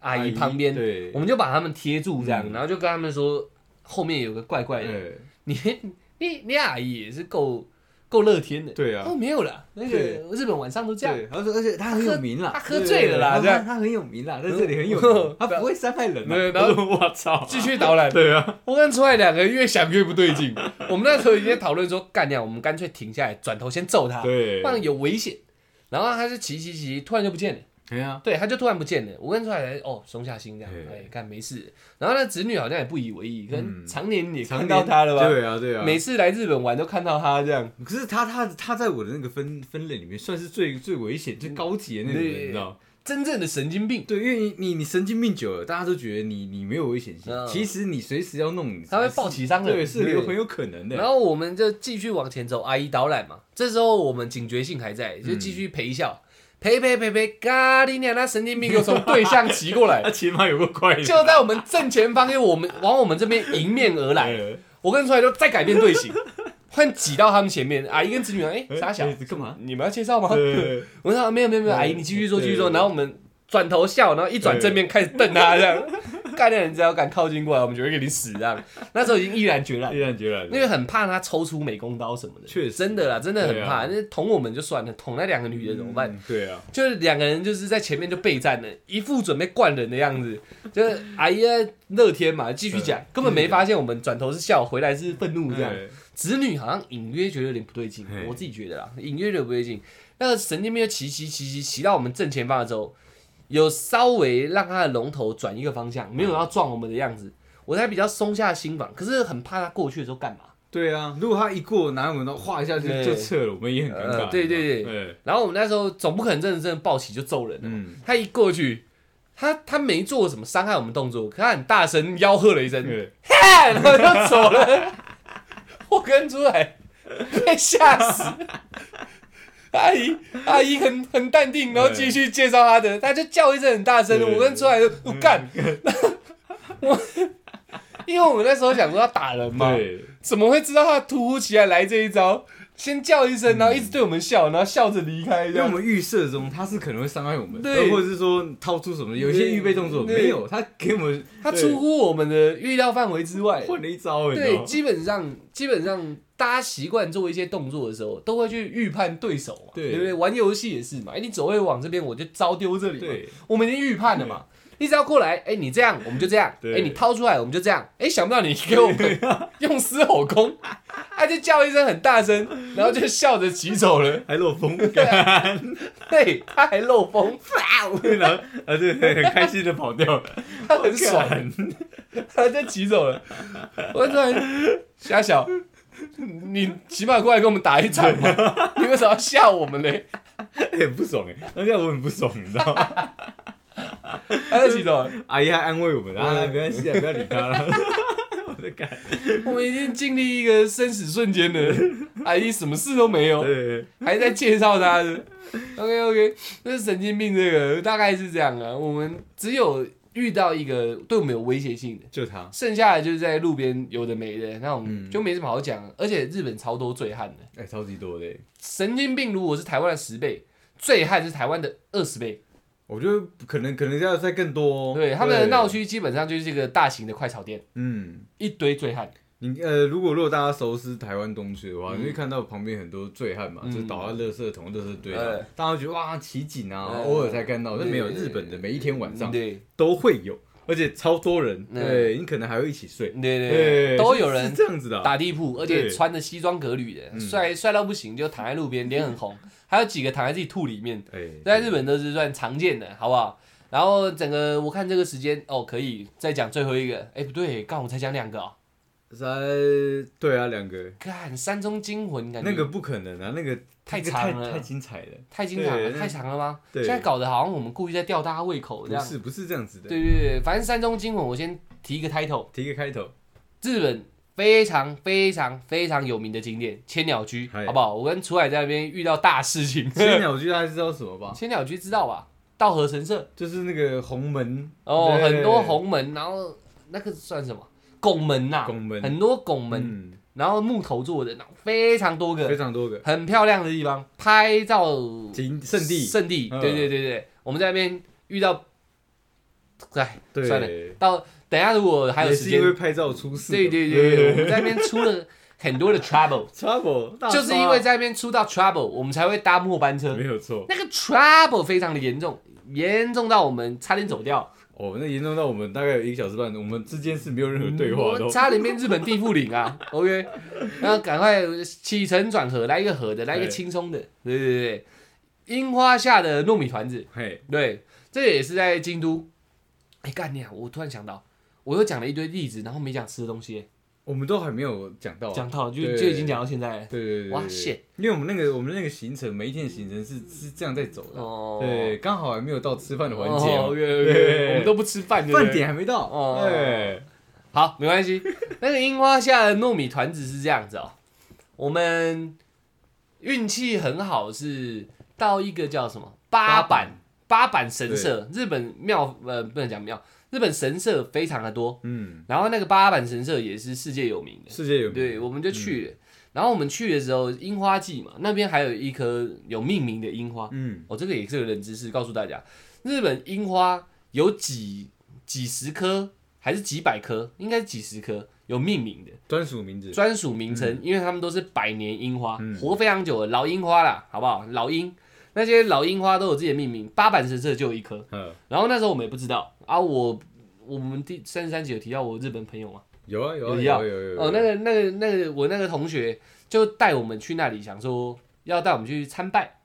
A: 阿姨旁边，
B: 对
A: 我，们就把他们贴住这样，
B: 嗯
A: 然后就跟他们说后面有个怪怪的，
B: 对
A: 你 你你阿姨也是够够乐天的，
B: 对啊
A: 哦没有啦，那
B: 对
A: 个日本晚上都这样，
B: 对，然后说而且他很有名啦，
A: 他喝醉了啦
B: 对
A: 这样嗯
B: 他他很有名啦，在这里很 有名，他不会伤害人啊。
A: 对然后
B: 我说 我操，
A: 继续导览。
B: 对啊，
A: 我跟出来两个越想越不对 劲，我们那时候已经在讨论说干掉，我们干脆停下来，转头先揍他，
B: 对
A: 不，然有危险。然后他就骑骑骑，突然就不见了。
B: 对啊呀，
A: 对，他就突然不见了。我跟出来，哦，松下心这样，
B: 对
A: 哎，看没事。然后那子女好像也不以为意，可能
B: 嗯
A: 常年也看
B: 常
A: 到
B: 到
A: 他了吧？
B: 对啊，对啊。
A: 每次来日本玩都看到他这样。
B: 可是他他他在我的那个分分类里面算是最最危险、最高级的那种人，
A: 对
B: 你知道？
A: 真正的神经病，
B: 对，因为你你你神经病久了，大家都觉得你你没有危险性
A: 嗯，
B: 其实你随时要弄你，
A: 他会暴起伤人
B: 对，是有
A: 对
B: 很有可能
A: 然
B: 的。
A: 后我们就继续往前走，阿姨导览嘛。这时候我们警觉性还在，就继续陪笑，陪陪陪陪，咖喱娘那神经病又从对向骑过来
B: 他，起码有个怪人，
A: 就在我们正前方，因为我们往我们这边迎面而来。
B: 了，
A: 我跟出来就再改变队形，换挤到他们前面。阿姨跟子女，哎，傻小
B: 哎，干嘛？
A: 你们要介绍吗？
B: 对
A: 我说啊没有没有没有，
B: 嗯
A: 阿姨你继续说
B: 对
A: 继续说，然后我们转头笑，然后一转正面开始瞪他这 样，干掉人只要敢靠近过来，我们就会给你死这样。那时候已经毅然决然
B: 毅，然决然的，
A: 因为很怕他抽出美工刀什么的，
B: 确实
A: 真的啦，真的很怕。
B: 对
A: 那
B: 啊
A: 捅我们就算了，捅那两个女的怎么办？
B: 嗯？对啊，
A: 就是两个人就是在前面就备战了，一副准备灌人的样子。就是阿姨在乐天嘛，继续讲，根本没发现我们转头是笑，回来是愤怒这样。
B: 对
A: 子女好像隐约觉得有点不对劲
B: 嘿，
A: 我自己觉得啦，隐约有点不对劲。那个神经病就骑骑骑骑骑到我们正前方的时候，有稍微让他的龙头转一个方向，没有要撞我们的样子，我才比较松下心防。可是很怕他过去的时候干嘛？
B: 对啊，如果他一过拿我们的画一下就
A: 对
B: 就撤了，我们也很尴尬。
A: 呃对对对
B: 对，
A: 然后我们那时候总不可能认真的抱起就揍人了嘛。
B: 嗯，
A: 他一过去，他他没做什么伤害我们动作，可他很大声吆喝了一声，
B: 对，
A: 干，然后就走了。我跟出来被吓死。阿姨，阿姨很很淡定，然后继续介绍她的，她就叫一声很大声，
B: 对嗯
A: 我跟出来就我干，我因为我们那时候想说要打人嘛，
B: 哎对，
A: 怎么会知道他突如其来来这一招？先叫一声，然后一直对我们笑，然后笑着离开，
B: 嗯因
A: 这
B: 为我
A: 样
B: 们预设中他是可能会伤害我们，
A: 对
B: 或者是说掏出什么，有一些
A: 对
B: 预备动作
A: 对
B: 没有，他给我们
A: 他出乎我们的预料范围之外
B: 对。换了一招，你知道
A: 对，
B: 吗
A: 基本上基本上大家习惯做一些动作的时候，都会去预判对手嘛，
B: 对
A: 对不对？玩游戏也是嘛，哎，你走位往这边，我就招丢这里嘛。
B: 对，
A: 我们已经预判了嘛。你只要过来，哎，你这样我们就这样，
B: 对
A: 哎，你掏出来我们就这样，哎，想不到你给我们 用狮吼功，他就叫一声很大声，然后就笑着骑走 了。
B: 还漏风，
A: 对啊，对，他还漏风，哦
B: 然后啊 对，很开心的跑掉了，
A: 他很爽，他就骑走了。我突然瞎想，你起码过来跟我们打一场嘛，你为什么要吓我们嘞？
B: 很不爽哎，那这样我很不爽，你知道吗？
A: 他就骑走了，
B: 阿姨还安慰我们，啊，没关系啊，不要理他了。的感觉。
A: 我们已经经历一个生死瞬间了，阿姨什么事都没有，
B: 对，
A: 还在介绍他的。OK OK，这是神经病，这个大概是这样啊。我们只有遇到一个对我们有威胁性的，
B: 就他。
A: 剩下的就是在路边有的没的那种，
B: 嗯
A: 就没什么好讲。而且日本超多醉汉的，
B: 哎、超级多的欸，
A: 神经病如果是台湾的十倍，醉汉是台湾的二十倍。
B: 我觉得可能可能要再更多哦。
A: 对，他们的闹，区基本上就是一个大型的快炒店，
B: 嗯，
A: 一堆醉汉。
B: 你呃，如果如果大家熟知台湾东区的话，你会看到旁边很多醉汉嘛，
A: 嗯
B: 就倒在垃圾桶、垃圾堆
A: 哎
B: 上，大家会觉得哇奇景啊，
A: 哎
B: 偶尔才看到，但没有
A: 对
B: 日本的每一天晚上
A: 对
B: 都会有，而且超多人，
A: 嗯
B: 对你可能还会一起睡，
A: 对对
B: 对，
A: 对，都
B: 是
A: 有人
B: 是这样子的啊，
A: 打地铺，而且
B: 对
A: 穿着西装革履
B: 嗯
A: 的，帅帅到不行，就躺在路边，脸很红，还有几个躺在自己吐里面，
B: 哎，
A: 在日本都是算常见的，好不好？然后整个我看这个时间哦，可以再讲最后一个，哎不对，刚好我才讲两个哦，
B: 三对啊，两个
A: 看山中惊魂感觉
B: 那个不可能啊，那个
A: 太
B: 那个
A: 长了
B: 太精彩了，
A: 太经常了，
B: 对
A: 太长了吗？
B: 对
A: 现在搞得好像我们故意在吊大家胃口这
B: 不
A: 样。
B: 是不是这样子的，
A: 对对对，反正山中惊魂，我先提一个 title，
B: 提个 开头，
A: 日本非常非常非常有名的景点千鸟居，
B: 嗨
A: 好不好？我跟楚海在那边遇到大事 情，
B: 千鸟居大家知道什么吧？
A: 千鸟居知道吧？道和神社
B: 就是那个红门
A: 哦，
B: 对
A: 很多红门，然后那个算什么？拱门呐、
B: 拱门
A: 很多拱门，
B: 嗯
A: 然后木头做的，然后非常多
B: 非
A: 个，
B: 常多个
A: 很漂亮的地方，拍照
B: 景圣地，
A: 圣地，
B: 嗯
A: 对对对对，我们在那边遇到，哎，
B: 对，
A: 算了到等一下如果还有
B: 也
A: 时
B: 是
A: 间
B: 因，为拍照出事的，
A: 对对对对，我们在那边出了很多的 trouble。
B: ，trouble 大啊
A: 就是因为在那边出到 trouble，我们才会搭末班
B: 刷
A: 车。
B: 没有错
A: 那个 trouble 非常的严重，严重到我们差点走掉，
B: 哦，那严重到我们大概有一个小时半，我们之间是没有任何对话的
A: 我
B: 哦，
A: 差点变日本地富岭啊。OK，然后赶快起承转合，来一个合的，来一个
B: 对
A: 轻松的，对对对对，樱花下的糯米团子，
B: 嘿，
A: 对，这也是在京都。哎，干你啊！我突然想到，我又讲了一堆例子，然后没讲吃的东西，
B: 我们都还没有讲到啊，
A: 讲到就
B: 对
A: 就已经讲到现在了。
B: 对对对，
A: 哇
B: 对对
A: ，shit
B: 因为我们那个我们那个行程，每一天的行程是是这样在走的，
A: 哦，
B: 对，刚好还没有到吃饭的环节
A: 哦
B: 哦，
A: ，OK，OK，我们都不吃饭，对不对
B: 饭点还没到，
A: 哦
B: 哎，
A: 好，没关 系。那个樱花下的糯米团子是这样子哦，我们运气很好，是到一个叫什么八
B: 八
A: 坂八坂神社，日本庙呃不能讲庙，日本神社非常的多，
B: 嗯，
A: 然后那个八坂神社也是世界有名的，
B: 世界有
A: 对，我们就去
B: 嗯
A: 了。然后我们去的时候，樱花季嘛，那边还有一棵有命名的樱花，
B: 嗯，
A: 哦，这个也是个冷知识，告诉大家，日本樱花有几几十棵还是几百棵，应该是几十棵有命名的
B: 专属名字，
A: 专属名称，因为它们都是百年樱花，
B: 嗯
A: 活非常久的老樱花啦，好不好？老樱那些老樱花都有自己的命名，八坂神社就有一棵。
B: 嗯，
A: 然后那时候我们也不知道啊，我我们第三十三集有提到我日本朋友嘛，
B: 有啊有
A: 有
B: 啊有
A: 要
B: 啊有啊有啊
A: 哦，那个那个那个我那个同学就带我们去那里，想说要带我们去参拜。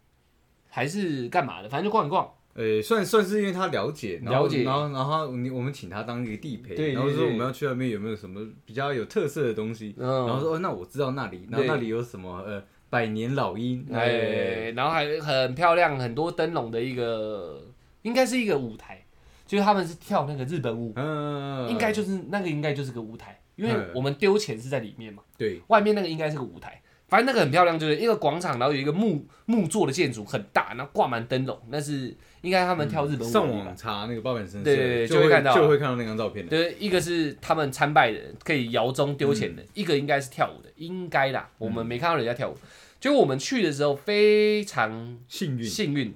A: 还是干嘛的？反正就逛一逛，
B: 呃，算算是因为他了解，然后
A: 了解
B: 然后然后你我们请他当一个地陪，
A: 对对
B: 然后说
A: 对
B: 我们要去那边有没有什么比较有特色的东西，
A: 嗯，
B: 然后说哦，那我知道那里，然后
A: 对
B: 那里有什么呃百年老鹰，哎，
A: 哎，然后还很漂亮，很多灯笼的一个，应该是一个舞台，就是他们是跳那个日本舞，
B: 嗯，
A: 应该就是那个应该就是个舞台，因为
B: 嗯
A: 我们丢钱是在里面嘛，
B: 对，
A: 外面那个应该是个舞台，反正那个很漂亮，就是一个广场，然后有一个木木做的建筑很大，然后挂满灯笼，那是应该他们跳日本舞的
B: 上
A: 地方
B: 网查那个八坂神社，
A: 对对对
B: 就
A: 就会看到
B: 就会看到那张照片的，
A: 对，一个是他们参拜的人可以摇钟丢钱的，一个应该是跳舞的，应该啦，我们没看到人家跳舞，就我们去的时候非常
B: 幸运，
A: 幸运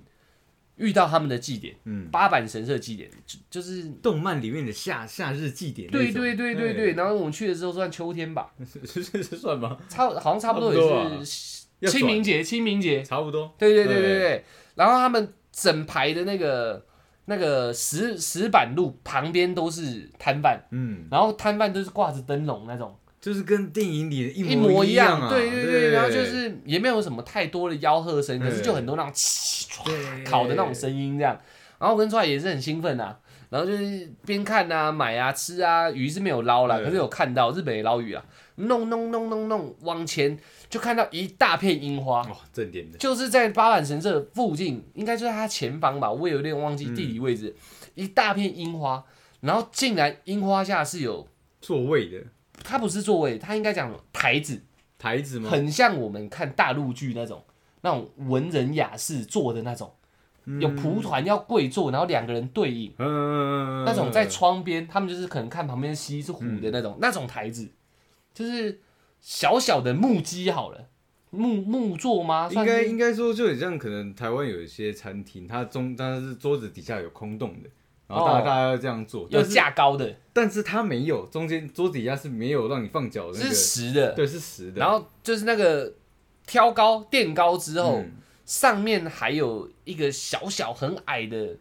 A: 遇到他们的祭典，
B: 嗯，
A: 八坂神社祭典，就就是
B: 动漫里面的夏夏日祭典那
A: 对
B: 种，哎
A: 对对对对。然后我们去的时候算秋天吧，
B: 是 是是算吗？
A: 差好像差不多
B: 差不多啊
A: 也是
B: 要
A: 清明节，清明节，
B: 差不多，
A: 对对对对
B: 对
A: 对对。然后他们整排的那个那个石石板路旁边都是摊贩，
B: 嗯，
A: 然后摊贩都是挂着灯笼那种。
B: 就是跟电影里的一
A: 一
B: 模
A: 模
B: 一
A: 样，
B: 啊，
A: 对对对，然后就是也没有什么太多的吆喝声，可是
B: 对
A: 就很多那种 呲
B: 对
A: 烤的那种声音这样。然后我跟出来也是很兴奋啊，然后就是边看啊、买啊、吃啊，鱼是没有捞啦，
B: 对
A: 可是有看到日本也捞鱼啊，弄弄弄弄弄往前就看到一大片樱花，
B: 哦，正点的，
A: 就是在八坂神社附近，应该就在它前方吧，我也有点忘记地理位置，一大片樱花，然后竟然樱花下是有
B: 座位的，
A: 它不是座位，它应该讲台子，
B: 台子吗？
A: 很像我们看大陆剧那种那种文人雅士坐的那种，有蒲团要跪坐，然后两个人对饮，
B: 嗯，
A: 那种在窗边，他们就是可能看旁边溪是湖的那种、那种台子，就是小小的木屐好了，木木座吗？
B: 应
A: 算
B: 该
A: 是
B: 应该说就很像，可能台湾有一些餐厅，它中它是桌子底下有空洞的，然后大
A: 哦
B: 家大家要这样做，
A: 有
B: 但是
A: 架高的，
B: 但是它没有中间桌子底下是没有让你放脚的那
A: 是
B: 个，
A: 实的，
B: 对，是实的。
A: 然后就是那个挑高垫高之后，
B: 嗯
A: 上面还有一个小小很矮的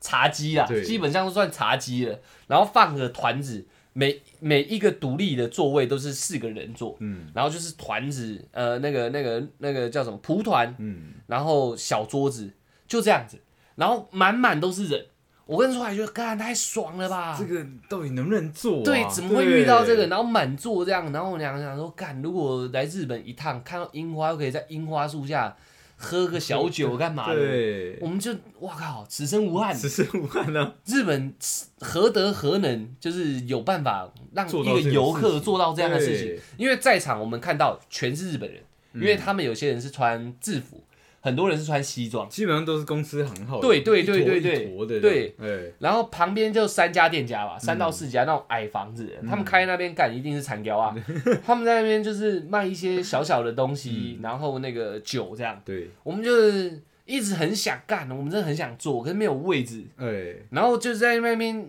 A: 茶几啦，
B: 对
A: 基本上都算茶几了。然后放个团子，每每一个独立的座位都是四个人坐，
B: 嗯
A: 然后就是团子，呃，那个那个那个叫什么蒲团，
B: 嗯，
A: 然后小桌子，就这样子，然后满满都是人。我跟出来就干太爽了吧！
B: 这个到底能不能做、啊？
A: 啊对，怎么会遇到这个？
B: 对？
A: 然后满座这样，然后我俩想说，干，如果来日本一趟，看到樱花，又可以在樱花树下喝个小酒，干嘛的？
B: 对
A: 我，们就哇靠，此生无憾。
B: 只是武汉啊呢、
A: 日本何德何能，就是有办法让
B: 做
A: 一
B: 到
A: 个
B: 这个
A: 游
B: 事
A: 客
B: 情
A: 做到这样的事情
B: 对？嗯
A: 因为在场我们看到全是日本人，因为他们有些人是穿制服，很多人是穿西装，
B: 基本上都是公司行号的，
A: 对对对
B: 一坨
A: 对对
B: 一坨的，哎
A: 对
B: 对，
A: 然后旁边就三家店家吧，三
B: 嗯
A: 到四家那种矮房子，他们开那边干一定是残雕 啊。他们在那边就是卖一些小小的东
B: 嗯
A: 西，然后那个酒这样。
B: 对，
A: 我们就是一直很想干，我们真的很想做，可是没有位置，
B: 哎，
A: 然后就在那边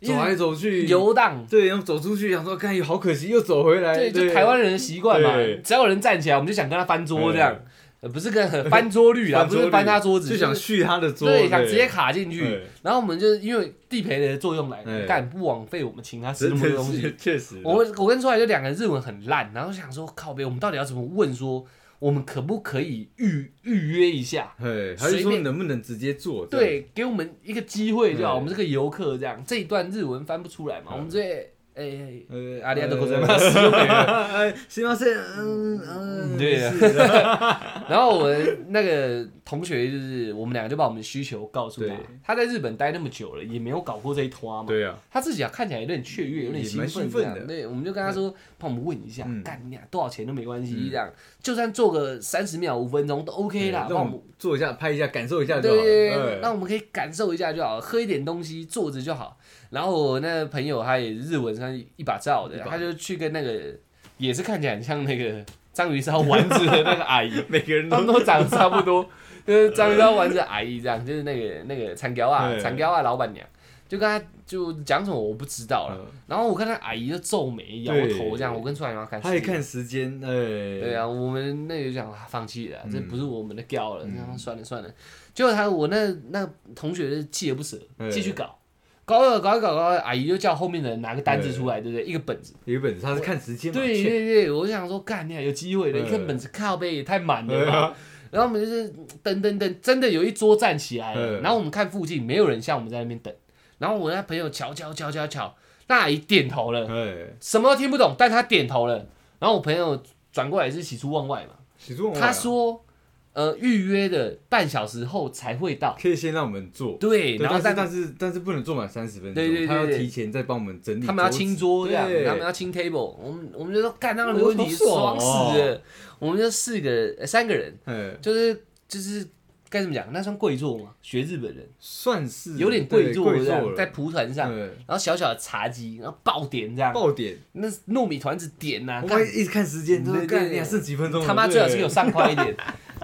A: 一
B: 走来
A: 直
B: 走去，
A: 游荡。
B: 对，然后走出去，想说，看，好可惜，又走回来，
A: 对，就台湾人的习惯嘛
B: 哎对，
A: 只要有人站起来，我们就想跟他翻桌这样，呃不是跟翻桌率啊，不是翻他桌子，
B: 就想
A: 是
B: 续他的桌，
A: 对，想直接卡进去。
B: 对
A: 然后我们就是因为地陪的作用来
B: 对，
A: 干不枉费我们请他吃那
B: 真
A: 么多
B: 的
A: 东西
B: 是。 确实，
A: 我们我跟出来就两个人日文很烂，然后想说靠边，我们到底要怎么问说我们可不可以预预约一下？
B: 哎，还是
A: 随
B: 说
A: 便
B: 能不能直接做？这样，
A: 对，给我们一个机会就好。
B: 对
A: 我们这个游客这样，这一段日文翻不出来嘛，我们这哎
B: 呃
A: 阿里亚多国在 吗？西北人
B: 哎，行吗？是，嗯嗯，
A: 对啊
B: 是
A: 然后我那个同学就是我们两个就把我们的需求告诉他
B: 对，
A: 他在日本待那么久了，也没有搞过这一拖嘛。
B: 对啊，
A: 他自己啊看起来有点雀跃，有点
B: 也蛮
A: 兴奋
B: 兴奋
A: 这
B: 的
A: 样。对，我们就跟他说，帮我们问一下
B: 嗯，
A: 干你俩多少钱都没关系，这样就算做个三十秒、五分钟都 OK 啦。
B: 让
A: 帮
B: 我
A: 我们
B: 们做一下，拍一下，感受一下就好了。
A: 对，
B: 哎
A: 让我们可以感受一下就好，喝一点东西，坐着就好。然后我那朋友他也日文上一把照的，
B: 一把
A: 他就去跟那个也是看起来很像那个章鱼烧丸子的那个阿姨，
B: 每个 人
A: 他们
B: 都
A: 都长得差不多， 就是张高丸子阿姨这样，就是那个那个产雕啊，
B: 对
A: 产雕啊老板娘，就跟他就讲什么我不知道了。然后我看那阿姨就皱眉摇
B: 嗯对
A: 头这样，我跟出来妈看，
B: 他也看时间，哎，
A: 对
B: 对，
A: 啊，我们那个就想啊放弃了，这
B: 嗯
A: 不是我们的调了，那算了算了。结果他我那那同学就锲而不舍，
B: 对
A: 继续搞，搞一搞搞一搞搞一搞，阿姨就叫后面的人拿个单子出来，对不对？一个本子。
B: 有一本他是看时间嘛，
A: 对
B: check
A: 对对，我就想说，干你还有机会了，
B: 对
A: 一个本子靠背也太满了
B: 对
A: 吧。
B: 啊，
A: 然后我们就是等等等，真的有一桌站起来了。
B: 嗯
A: 然后我们看附近没有人像我们在那边等，然后我那朋友瞧瞧瞧瞧瞧，那阿姨点头了，
B: 哎，
A: 什么都听不懂，但她点头了。然后我朋友转过来是喜出望外嘛，
B: 许仲，
A: 他说，呃，预约的半小时后才会到。
B: 可以先让我们做，
A: 对，
B: 对
A: 然后
B: 但是但是但是不能做满三十分钟，
A: 对对对
B: 他要
A: 对
B: 提前再帮我们整理，
A: 他们要清桌这样，
B: 对
A: 他们要清 table，我们我们就说干那个没问题，
B: 哦
A: 爽
B: 好爽
A: 死了。我们就四个人，呃三个人，
B: 哎，
A: 就是就是该怎么讲？那算跪坐吗？学日本人。
B: 算是
A: 有点
B: 嗯
A: 跪
B: 对跪
A: 坐这
B: 坐
A: 样，
B: 了哎
A: 在蒲团上，
B: 对
A: 然后小小的茶几，然后爆点这样，
B: 爆点，
A: 那糯米团子点呐、
B: 我
A: 啊干嗯
B: 们一直看时间，都
A: 对对
B: 干
A: 对
B: 你还剩几分钟了？
A: 他妈最好是
B: 对
A: 给我上快一 点。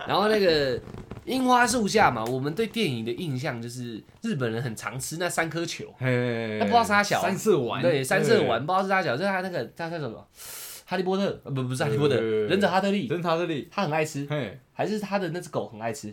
A: 然后那个樱花树下嘛，我们对电影的印象就是日本人很常吃那三颗球，
B: 嘿，
A: 那不知道啥小
B: 三色丸，
A: 对，三色丸，不知道是啥小，就是他那个他叫什么哈利波特，呃不不是哈利波特，
B: 对对对对
A: 忍者哈特利，
B: 扔他这里，
A: 他很爱吃，
B: 嘿，
A: 还是他的那只狗很爱吃？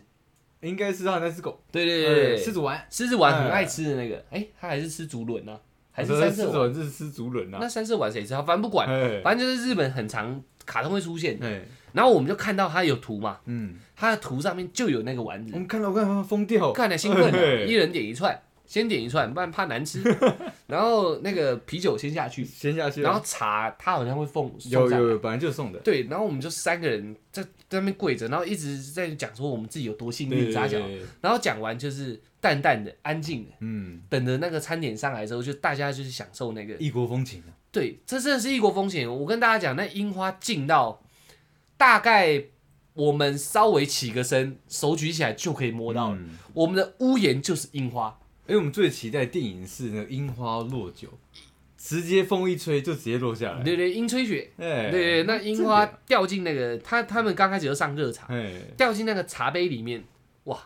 B: 应该是他那只狗，
A: 对对对
B: 哎
A: 对
B: 狮
A: 对，
B: 子丸，
A: 狮子丸很爱吃的那个，哎，他还是吃竹轮呐，还是
B: 我说
A: 三
B: 嗯狮
A: 色
B: 子
A: 丸？
B: 丸是吃竹轮啊，
A: 那三色丸谁知道？反正不管，
B: 嘿，
A: 反正就是日本很常卡通会出现。
B: 嘿，
A: 然后我们就看到它有图嘛，
B: 嗯，
A: 它的图上面就有那个丸
B: 我
A: 子，
B: 们看到我看到疯掉，
A: 看了兴奋了，啊
B: 嘿
A: 一人点一串。先点一串，不然怕难吃。 然后那个啤酒先下去，
B: 先下去
A: 然
B: 啊，
A: 后茶他好像会送
B: 有
A: 送上
B: 有
A: 来
B: 有，本来就送的，
A: 对，然后我们就三个人在在那边跪着，然后一直在讲说我们自己有多幸
B: 对
A: 运，咋讲。
B: 对对对
A: 然后讲完就是淡淡的、安静的，
B: 嗯，
A: 等着那个餐点上来之后，就大家就是享受那个。
B: 异国风情啊，
A: 对，这真的是异国风情。我跟大家讲，那樱花进到大概我们稍微起个身，手举起来就可以摸到了。
B: 嗯
A: 我们的屋檐就是樱花，
B: 因为我们最期待电影是那个樱花落酒，直接风一吹就直接落下来。
A: 对对，樱吹雪，
B: 哎，
A: 对对，那樱花掉进那个他他们刚开始就上热茶，
B: 哎，
A: 掉进那个茶杯里面，哇，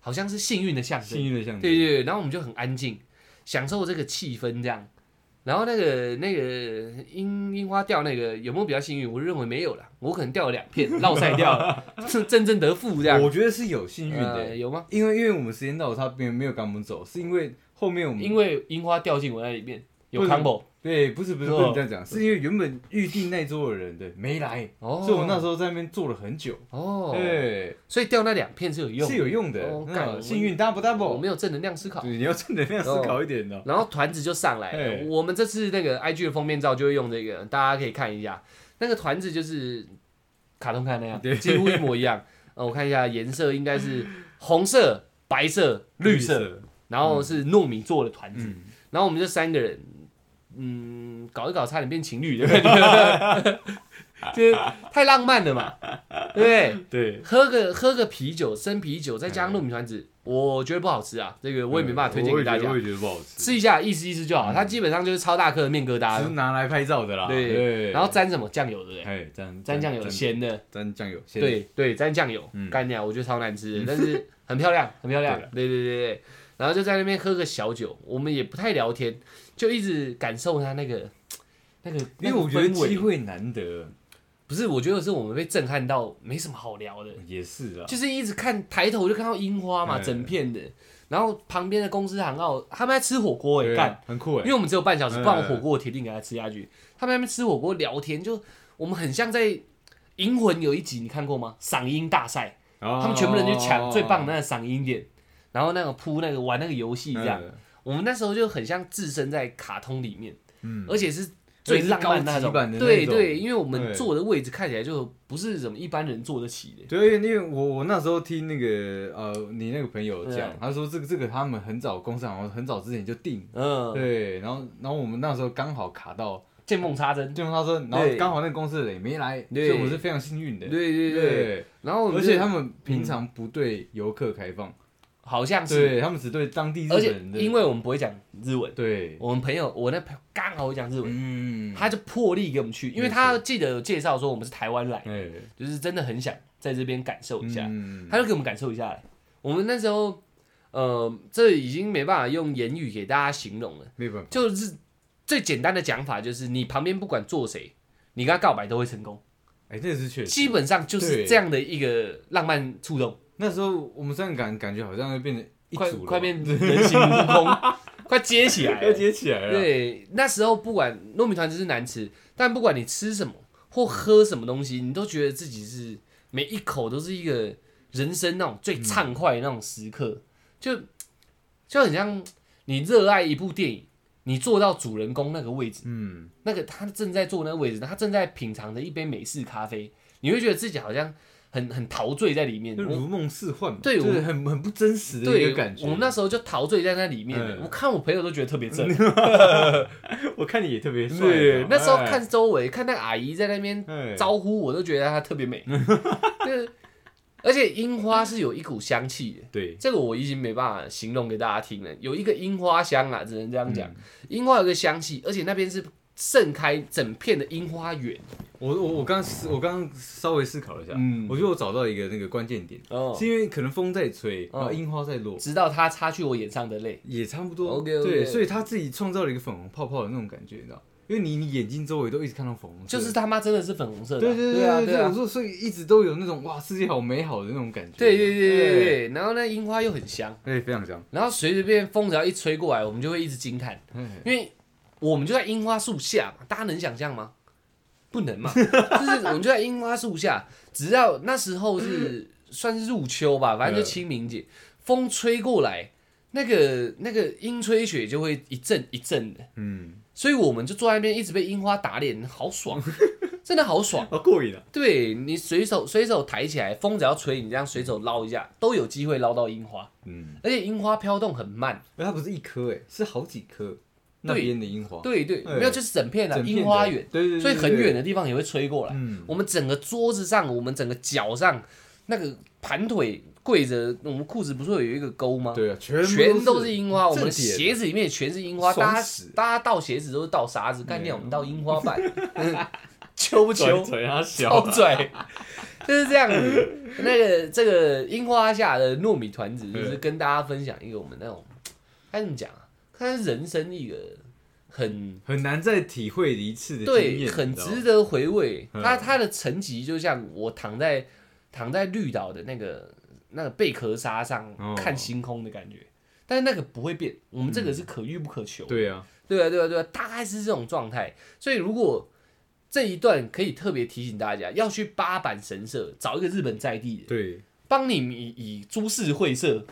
A: 好像是幸运的象征
B: 幸。运的象征。
A: 对对对，然后我们就很安静，享受这个气氛这样。然后那个那个樱樱花掉那个有没有比较幸运？我认为没有了，我可能掉了两片，落晒掉了，正正正得负这样。
B: 我觉得是有幸运欸
A: 呃
B: 的，
A: 有吗？
B: 因为因为我们时间到了，他并没有赶我们走，是因为后面我们
A: 因为樱花掉进我那里面有
B: 不是
A: combo
B: 对不是不是
A: 哦
B: 不能这样讲，是因为原本预定那桌的人对没来，
A: 哦，
B: 所以我那时候在那边坐了很久。
A: 哦，
B: 对，
A: 所以掉那两片是有用
B: 是
A: 的，
B: 有用的
A: 哦，干我
B: 嗯幸运 double
A: 我哦
B: double。
A: 没有正能量思考。
B: 对，你要正能量思考一点哦的。
A: 然后团子就上来了
B: 嘿。
A: 我们这次那个 IG 的封面照就会用这个，大家可以看一下。那个团子就是卡通看那样，
B: 对
A: 几乎一模一样。呃，我看一下颜色，应该是红色、白色、绿色，，然后是糯米做的团子。
B: 嗯，
A: 然后我们就三个人，嗯，搞一搞，差点变情侣的感觉， 就是太浪漫了嘛，对不对？
B: 对，
A: 喝个喝个啤酒，生啤酒，再
B: 嗯
A: 加上糯米团子，我觉得不好吃啊，这个我也没办法推荐给大家。
B: 我也觉得不好吃，
A: 吃一下，意思意思就好。
B: 嗯
A: 它基本上就是超大颗的面疙
B: 只是
A: 瘩，
B: 拿来拍照的啦。
A: 啊对，然后沾什么酱油，对不对？
B: 哎沾
A: 沾酱油，咸的，
B: 沾酱油，咸的，
A: 对对，沾酱油，
B: 嗯
A: 干掉，我觉得超难吃 的，但是很漂亮，很漂亮
B: 对，
A: 对对对对。然后就在那边喝个小酒，我们也不太聊天，就一直感受它那个那个，
B: 因为我觉
A: 那
B: 得
A: 个氛围
B: 机会难得，
A: 不是，我觉得是我们被震撼到，没什么好聊的，
B: 也是啊啦。
A: 就是一直看抬头就看到樱花嘛，
B: 嗯
A: 整片的。然后旁边的公司行号，他们在吃火锅哎，
B: 对
A: 干
B: 啊，很酷
A: 因
B: 哎
A: 为，我们只有半小时，
B: 嗯
A: 不然我火锅我铁定给他吃下去。他们在那边吃火锅聊天，就我们很像在《银魂》有一集，你看过吗？赏樱大赛，他
B: 他
A: 们全部人去抢最棒的那个赏樱点，然后那个扑那个玩那个游戏这样。，我们那时候就很像置身在卡通里面，
B: 嗯，
A: 而且是最浪漫那
B: 而且是高级版的那种
A: 对对，因为我们
B: 对
A: 坐的位置看起来就不是什么一般人坐得起的。
B: 对，因为我我那时候听那个呃，你那个朋友讲
A: 对，啊
B: 他说这个这个他们很早公司好像很早之前就定，
A: 嗯，
B: 对，然后然后我们那时候刚好卡到，
A: 见缝插针。
B: 就他说，然后
A: 对
B: 刚好那个公司的人也没来，所
A: 对
B: 以我是非常幸运的，
A: 对对对，
B: 对，
A: 然后我们
B: 而
A: 就嗯
B: 且他们平常不对游客开放，
A: 好像是，
B: 对他们只对当地日
A: 而
B: 本
A: 且
B: 人的，
A: 因为我们不会讲日文，
B: 对，
A: 我们朋友，我那朋友刚好会讲日文，
B: 嗯，
A: 他就破例给我们去，因为他记得有介绍说我们是台湾来，
B: 哎，
A: 就是真的很想在这边感受一下，
B: 嗯
A: 他就给我们感受一下来。我们那时候，呃，这已经没办法用言语给大家形容了，
B: 没办法，
A: 就是最简单的讲法就是，你旁边不管坐谁，你跟他告白都会成功，
B: 哎，这个是确实。
A: 基本上就是
B: 对
A: 这样的一个浪漫触动，
B: 那时候我们三个感感觉好像就变成一
A: 快
B: 组了，
A: 快变人形蜈 蚣，快接起来
B: 要
A: 了。
B: 接起来了。
A: 对，那时候不管糯米团子是难吃，但不管你吃什么或喝什么东西，你都觉得自己是每一口都是一个人生那种最畅快的那种时刻，就就很像你热爱一部电影，你坐到主人公那个位置，
B: 嗯，
A: 那个他正在坐那个位置，他正在品尝着一杯美式咖啡，你会觉得自己好像很很陶醉在里面。
B: 就
A: 我
B: 如梦似幻嘛，
A: 对
B: 就是
A: 我
B: 很很不真实的一
A: 对
B: 个感，觉。
A: 我们那时候就陶醉在那里面了。
B: 嗯
A: 我看我朋友都觉得特别正，
B: 我看你也特别帅
A: 对
B: 啊，，
A: 那时候
B: 哎
A: 看周围，看那个阿姨在那边
B: 哎
A: 招呼，我都觉得她特 别美。就是而且樱花是有一股香气的，
B: 对，
A: 这个我已经没办法形容给大家听了。有一个樱花香啊，只能这样讲。
B: 嗯
A: 樱花有个香气，而且那边是盛开整片的樱花园。
B: 我我我刚思我刚稍微思考了一下，
A: 嗯
B: 我觉得我找到一个那个关键点，
A: 哦
B: 是因为可能风在吹，然后樱花在落，
A: 直到它擦去我眼上的泪。
B: 也差不多。
A: OK，OK
B: 对，所以他自己创造了一个粉红泡泡的那种感觉，你知道？因为你你眼睛周围都一直看到粉红色，
A: 就是他妈真的是粉红色的，
B: 对对
A: 啊
B: 对
A: 对
B: 我
A: 啊，
B: 说所以一直都有那种哇，世界好美好的那种感觉。
A: 对对对对对，对。然后那樱花又很香，
B: 哎，非常香。
A: 然后随随便便风只要一吹过来，我们就会一直惊叹。
B: 哎
A: 因为我们就在樱花树下嘛，大家能想象吗？不能嘛，就是我们就在樱花树下，只要 那时候是算是入秋吧，反正就清明节，风吹过来，那个那个阴吹雪就会一阵一阵的，
B: 嗯，
A: 所以我们就坐在那边一直被樱花打脸，好 爽，真的好爽。
B: 好过瘾啊！
A: 对你随手随手抬起来，风只要吹，你这样随手捞一下，都有机会捞到樱花。
B: 嗯，
A: 而且樱花飘动很慢，
B: 它不是一颗哎，是好几颗那边的樱花，
A: 对对，
B: 哎
A: 没有就是整片的
B: 整片的
A: 樱花园，
B: 对对对，
A: 所以很远
B: 的，
A: 的地方也会吹过来。
B: 嗯，
A: 我们整个桌子上，我们整个脚上，那个盘腿跪着，我们裤子不是会有一个沟吗？
B: 对啊，全部
A: 全都
B: 是
A: 是樱花，我们的
B: 正解
A: 鞋子里面也全是樱花，
B: 爽
A: 大家
B: 死
A: 大家倒鞋子都是倒沙子，干掉我们倒樱花瓣，
B: 秋
A: 秋
B: 嘴啊 小
A: 超拽，就是这样子。那个这个樱花下的糯米团子，就是
B: 对
A: 跟大家分享一个我们那种，该怎么讲啊？它是人生一个很
B: 很难再体会一次的经
A: 对，
B: 验，
A: 很
B: 你知道吗
A: 值得回味。
B: 嗯
A: 它它的层级就像我躺在躺在绿岛的那个那个贝壳沙上
B: 哦
A: 看星空的感觉，但是那个不会变，我们这个是可遇不可求。
B: 对啊，
A: 对啊，对啊，对啊，大概是这种状态。所以如果这一段可以特别提醒大家，要去八坂神社找一个日本在地的，
B: 对。
A: 帮你以以株式会社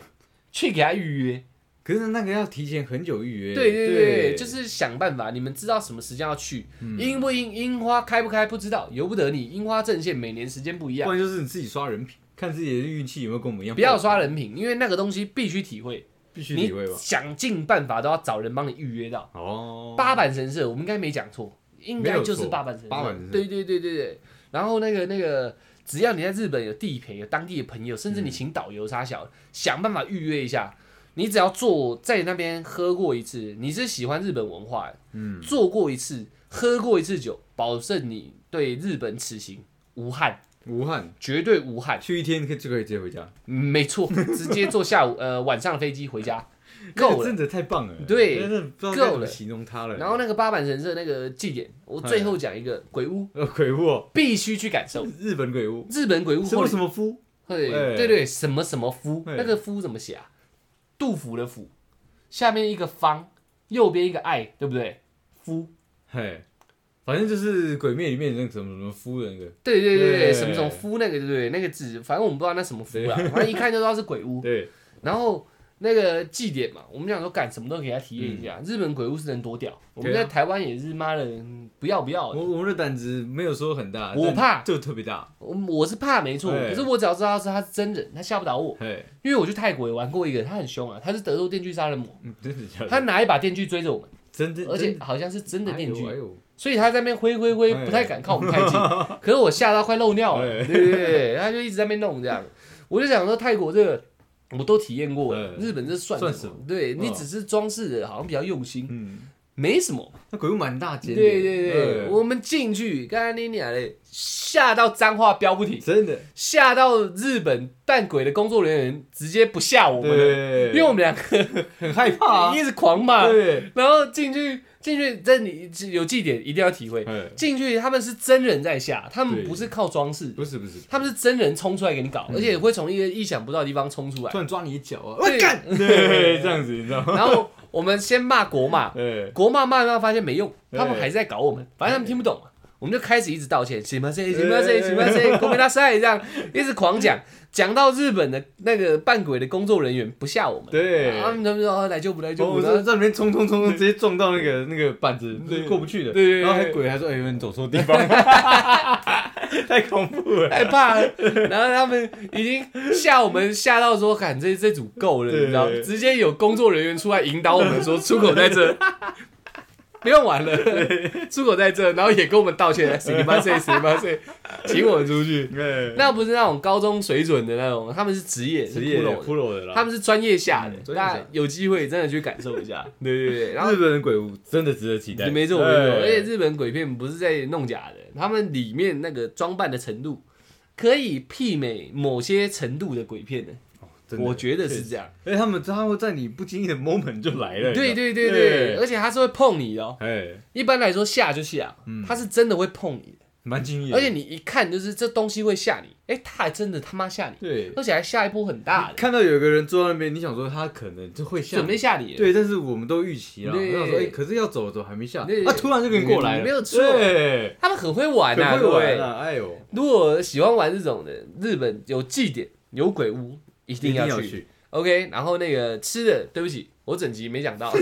A: 去给他预约。
B: 可是那个要提前很久预约，
A: 对对
B: 对嗯
A: 对，对就是想办法，你们知道什么时间要去，樱不樱，樱花开不开不知道，由不得你。樱花阵线每年时间不一
B: 不
A: 样，
B: 然就是你自己刷人品，看自己的运气有没有跟我们一样，哦
A: 不要刷人品，因为那个东西必须体会，
B: 必须
A: 你
B: 体会吧。
A: 想尽办法都要找人帮你预约到。
B: 哦，
A: 八坂神社，我们应该没讲错，应该就是八坂神社。
B: 没有错八坂神社
A: 对对对对对。然后那个那个，只要你在日本有地陪、有当地的朋友，甚至
B: 嗯
A: 你请导游啥小的，想办法预约一下。你只要坐在那边喝过一次，你是喜欢日本文化的，
B: 嗯，
A: 坐过一次、喝过一次酒，保证你对日本此行无憾，
B: 武汉
A: 绝对无憾。
B: 去一天可以就可以直接回家，
A: 嗯没错，直接坐下午 呃晚上的飞机回家，
B: 那
A: 够
B: 个
A: 了
B: 真。的太棒了，
A: 对
B: 真的不知道该
A: 够
B: 怎
A: 了
B: 么形容它了。
A: 然后那个八坂神社那个祭典，我最后讲一个鬼屋，
B: 呃，鬼屋哦，
A: 必须去感受。
B: 日本鬼屋，
A: 日本鬼屋
B: 什
A: 后
B: 么
A: 里
B: 什，么夫，
A: 对
B: 哎
A: 对对，什么什么夫，
B: 哎
A: 那个夫怎么写啊？杜甫的甫，下面一个方，右边一个爱，对不对？夫，
B: 嘿，反正就是鬼灭里面那个什么什么夫的那个，
A: 对对对对，
B: 对
A: 什么什么夫那个，对不对？那个字，反正我们不知道那什么夫啦，反正一看就知道是鬼屋。
B: 对，
A: 然后那个祭典嘛，我们想说干什么都给他体验一下。日本鬼屋是能多屌，我们
B: 对啊
A: 在台湾也是妈的不要不要的。
B: 我我们的胆子没有说很大，
A: 我
B: 但
A: 哦怕
B: 就特别大，
A: 我我是怕没错，
B: 哎
A: 可是我只要知道是他是真人，他吓不倒我。
B: 嘿，
A: 因为我去泰国也玩过一个，他很凶啊，他是德州电锯杀人魔。
B: 嗯真的假
A: 他
B: 的？
A: 拿一把电锯追着我们，
B: 真的，
A: 而且
B: 真
A: 好像是真的电
B: 哎
A: 锯，
B: 呦
A: 所以他在那边挥挥挥，
B: 哎
A: 不太敢靠我们太 近。可是我吓到快漏尿了，
B: 哎
A: 对对对，他就一直在那边弄这样。我就想说泰国这个我都体验过了，
B: 哎
A: 日本这算
B: 算什
A: 么
B: 么？
A: 对你
B: 嗯
A: 只是装饰的好像比较用心，
B: 嗯，
A: 没什么。
B: 那鬼屋蛮大间
A: 对
B: 的，
A: 对对，
B: 哎
A: 我们进去，刚才你俩嘞，吓到脏话飙不停，
B: 真的，
A: 吓到日本扮鬼的工作人员直接不吓我们了，
B: 对，
A: 因为我们两
B: 很害怕
A: 个
B: 啊，
A: 一直狂骂。
B: 对，
A: 然后进去进去，这你有祭点一定要体会。
B: 哎
A: 进去他们是真人在下，他们
B: 对嗯
A: 不是靠装饰，
B: 不是不是，
A: 他们是真人冲出来给你搞，而且会从一个意想不到的地方冲出来
B: 突。然抓你一脚啊，
A: 对
B: 我干，对，这样子你知道吗？
A: 然后我们先骂国骂，
B: 哎，
A: 国骂骂一骂发现没用，
B: 对
A: 他们还是在搞我们，反正他们听不懂嘛。啊我们就开始一直道歉，行吗？谁行吗？谁行吗？谁？国民大赛这样一直狂讲，讲到日本的那个扮鬼的工作人员不吓我们，
B: 对
A: 啊他们他们说哦来救不来救
B: 就
A: 不，
B: 我
A: 然后
B: 在在里面冲冲冲冲，直接撞到那个那个板子，
A: 对
B: 过不去的。
A: 对对对
B: 然后还鬼还说：“哎呦，你走错地 方，太恐怖了。
A: 害怕了，然后他们已经吓我们吓到说，喊这这组够了，你
B: 对
A: 知道吗？直接有工作人员出来引导我们说，出口在 这，不用玩了，出口在这，然后也跟我们道 歉，谁你妈谁谁妈谁，请我们出去。”
B: 对，
A: 那不是那种高中水准的那种，他们是职业，
B: 职业
A: 是 pro
B: 骷
A: 的
B: 髅的啦。
A: 他们是专业下的
B: 嗯，专业
A: 大
B: 下
A: 家有机会真的去感受一 下。对对对，然后
B: 日本的鬼屋真的值得期待，
A: 没错没错，
B: 哎
A: 而且日本鬼片不是在弄假的，他们里面那个装扮的程度可以媲美某些程度的鬼片的，
B: 真的
A: 我觉得是
B: 确实
A: 这样。
B: 而且他们他会在你不经意的 moment 就来了。
A: 对
B: 你知
A: 对对对，
B: 对
A: 而且他是会碰你的哦。
B: 道，哎，
A: 一般来说吓就吓，
B: 嗯
A: 他是真的会碰你的，
B: 蛮惊艳。
A: 而且你一看就是这东西会吓你，哎，他还真的他妈吓你，
B: 对，
A: 而且还吓一波很大的，
B: 看到有个人坐在那边，你想说他可能就会吓
A: 准备
B: 你，
A: 吓你了。
B: 对，但是我们都预期了，
A: 对
B: 我想说，哎，可是要走走还没下，
A: 对
B: 啊，突然就给你过来了，
A: 没有错
B: 对
A: 他们很会玩啊，
B: 很会
A: 对
B: 玩
A: 不对
B: 啊，哎呦，
A: 如果喜欢玩这种的，日本有祭典有鬼屋，一
B: 一
A: 定要去。
B: 去，
A: OK，然后那个吃的，对不起，我整集没讲到，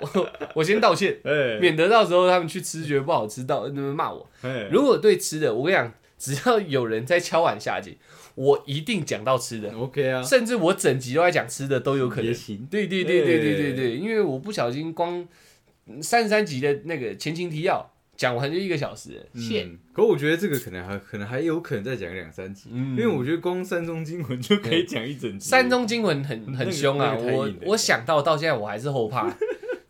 A: 我我先道歉，
B: 哎
A: 免得到时候他们去吃觉得不好吃到那么骂我。
B: 哎，
A: 如果对吃的，我跟你讲，只要有人在敲碗下集，我一定讲到吃的，
B: OK 啊，
A: 甚至我整集都在讲吃的都有可
B: 也
A: 能。
B: 行，
A: 对对对对对对
B: 哎
A: 对，因为我不小心光三十三集的那个前情提要讲完就一个小时了，谢、
B: 嗯。可我觉得这个可能还可能还有可能再讲两三集，
A: 嗯
B: 因为我觉得光山中惊魂就可以讲一整集。
A: 山中惊魂很
B: 那
A: 很
B: 个
A: 凶啊！
B: 那个太
A: 我
B: 硬了
A: 我想到到现在我还是后 怕，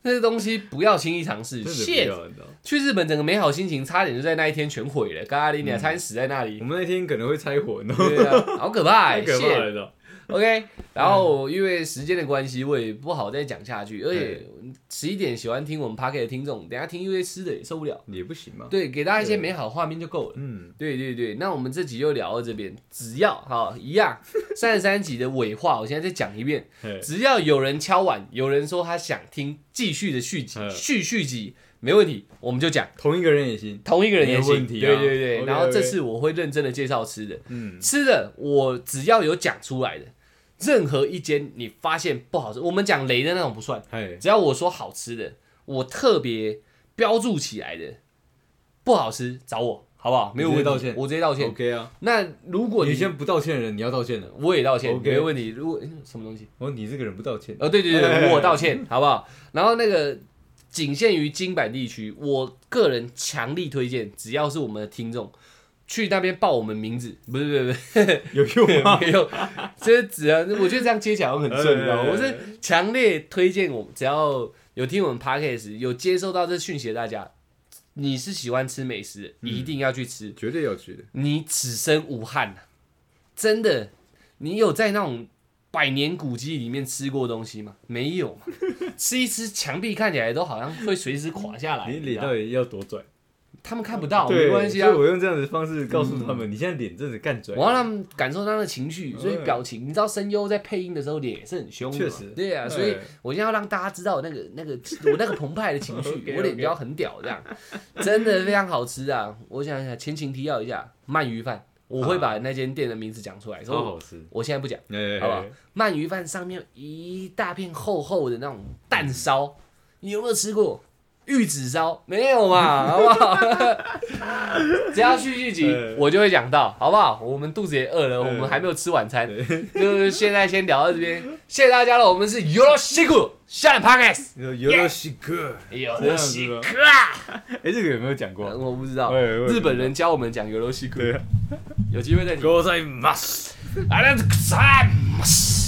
A: 那个东西不要轻易尝试。
B: 真的不
A: shit，
B: 要，你知道吗
A: 去日本整个美好心情差点就在那一天全毁了，咖喱你
B: 嗯
A: 差点死在那里
B: 我。们那天可能会拆火，你知道吗？
A: 对啊， 好可怕、
B: 太
A: 欸！
B: 可怕嗯了，
A: shit
B: 你知道吗
A: OK，然后因为时间的关系，我也不好再讲下去，而且十一点喜欢听我们 p a r k 的听众，等一下听因为吃的也受不了。
B: 也不行嘛。
A: 对，给大家一些
B: 对
A: 美好画面就够了。
B: 嗯，
A: 对对对，那我们这集就聊到这边。只要哈一样， 三十三集的尾话，我现在再讲一遍。
B: 嘿
A: 只要有人敲碗，有人说他想听继续的续集
B: 嗯、
A: 续续集，没问题，我们就讲
B: 同一个人也行。
A: 同一个人
B: 没
A: 也
B: 有
A: 行。
B: 问题啊
A: 对对对，
B: OK，
A: 然后这
B: OK
A: 次我会认真的介绍吃的，
B: 嗯，
A: 吃的我只要有讲出来的，任何一间你发现不好吃，我们讲雷的那种不算，
B: 哎，
A: 只要我说好吃的，我特别标注起来的，不好吃找我，好不好？没有问
B: 你
A: 题，
B: 直接道歉
A: 我直接道歉。
B: OK 啊。
A: 那如果
B: 你
A: 你
B: 先不道歉的人，你要道歉的。
A: 我也道歉
B: OK
A: 没问题。如果、诶什么东西？
B: 哦，你这个人不道歉。
A: 哦，对对
B: 哎哎
A: 对，
B: 哎
A: 我道歉，好不好？然后那个仅限于金板地区，我个人强力推荐，只要是我们的听众。去那边报我们名字，不是不是不是，
B: 有用吗？
A: 没有，这只要我觉得这样接起来会很顺，你知道吗？
B: 哎哎哎
A: 我是强烈推荐我们，只要有听我们 podcast，有接受到这讯息的大家，你是喜欢吃美食的，一定要去吃，
B: 绝对要去的。
A: 你此生无憾、啊、真的，你有在那种百年古迹里面吃过东西吗？没有嘛， 吃一吃墙壁看起来都好像会随时垮下来，
B: 你
A: 你知
B: 脸
A: 道
B: 到底要多拽？
A: 他们看不到，
B: 对
A: 没关系啊
B: 所以。我用这样的方式告诉他们，你现在脸真的干拽。
A: 我让他们感受到那个情绪，所以
B: 哎
A: 表情，你知道声优在配音的时候脸也是很凶的嘛，
B: 确实
A: 对啊，
B: 哎
A: 所以我现在要让大家知道那个那个我那个澎湃的情绪，
B: OK，OK
A: 我脸就要很屌这样，真的非常好吃啊！我想一下，前情提要一下，鳗鱼饭，我会把那间店的名字讲出来，所以
B: 超
A: 我
B: 好吃，
A: 我现在不讲。
B: 哎
A: 好不好？鳗鱼饭上面有一大片厚厚的那种蛋烧，你有没有吃过？玉子烧没有嘛，好不好？只要去续集，
B: 呃
A: 我就会讲到，好不好？我们肚子也饿了，我们
B: 呃
A: 还没有吃晚餐，就是现在先聊到这边，谢谢大家了。我们是 y o r o s h i k u 下一 podcast
B: 有有点喜哥，
A: y o r
B: 这
A: o
B: 样子
A: s h i
B: 吗
A: k u
B: 哎，这个有没有讲过？
A: 我不知道，
B: 我也我也不知道
A: 日本人教我们讲 y o r o s h i k u
B: 啊，
A: 有机会再讲。
B: ございます。
A: ありがとうございます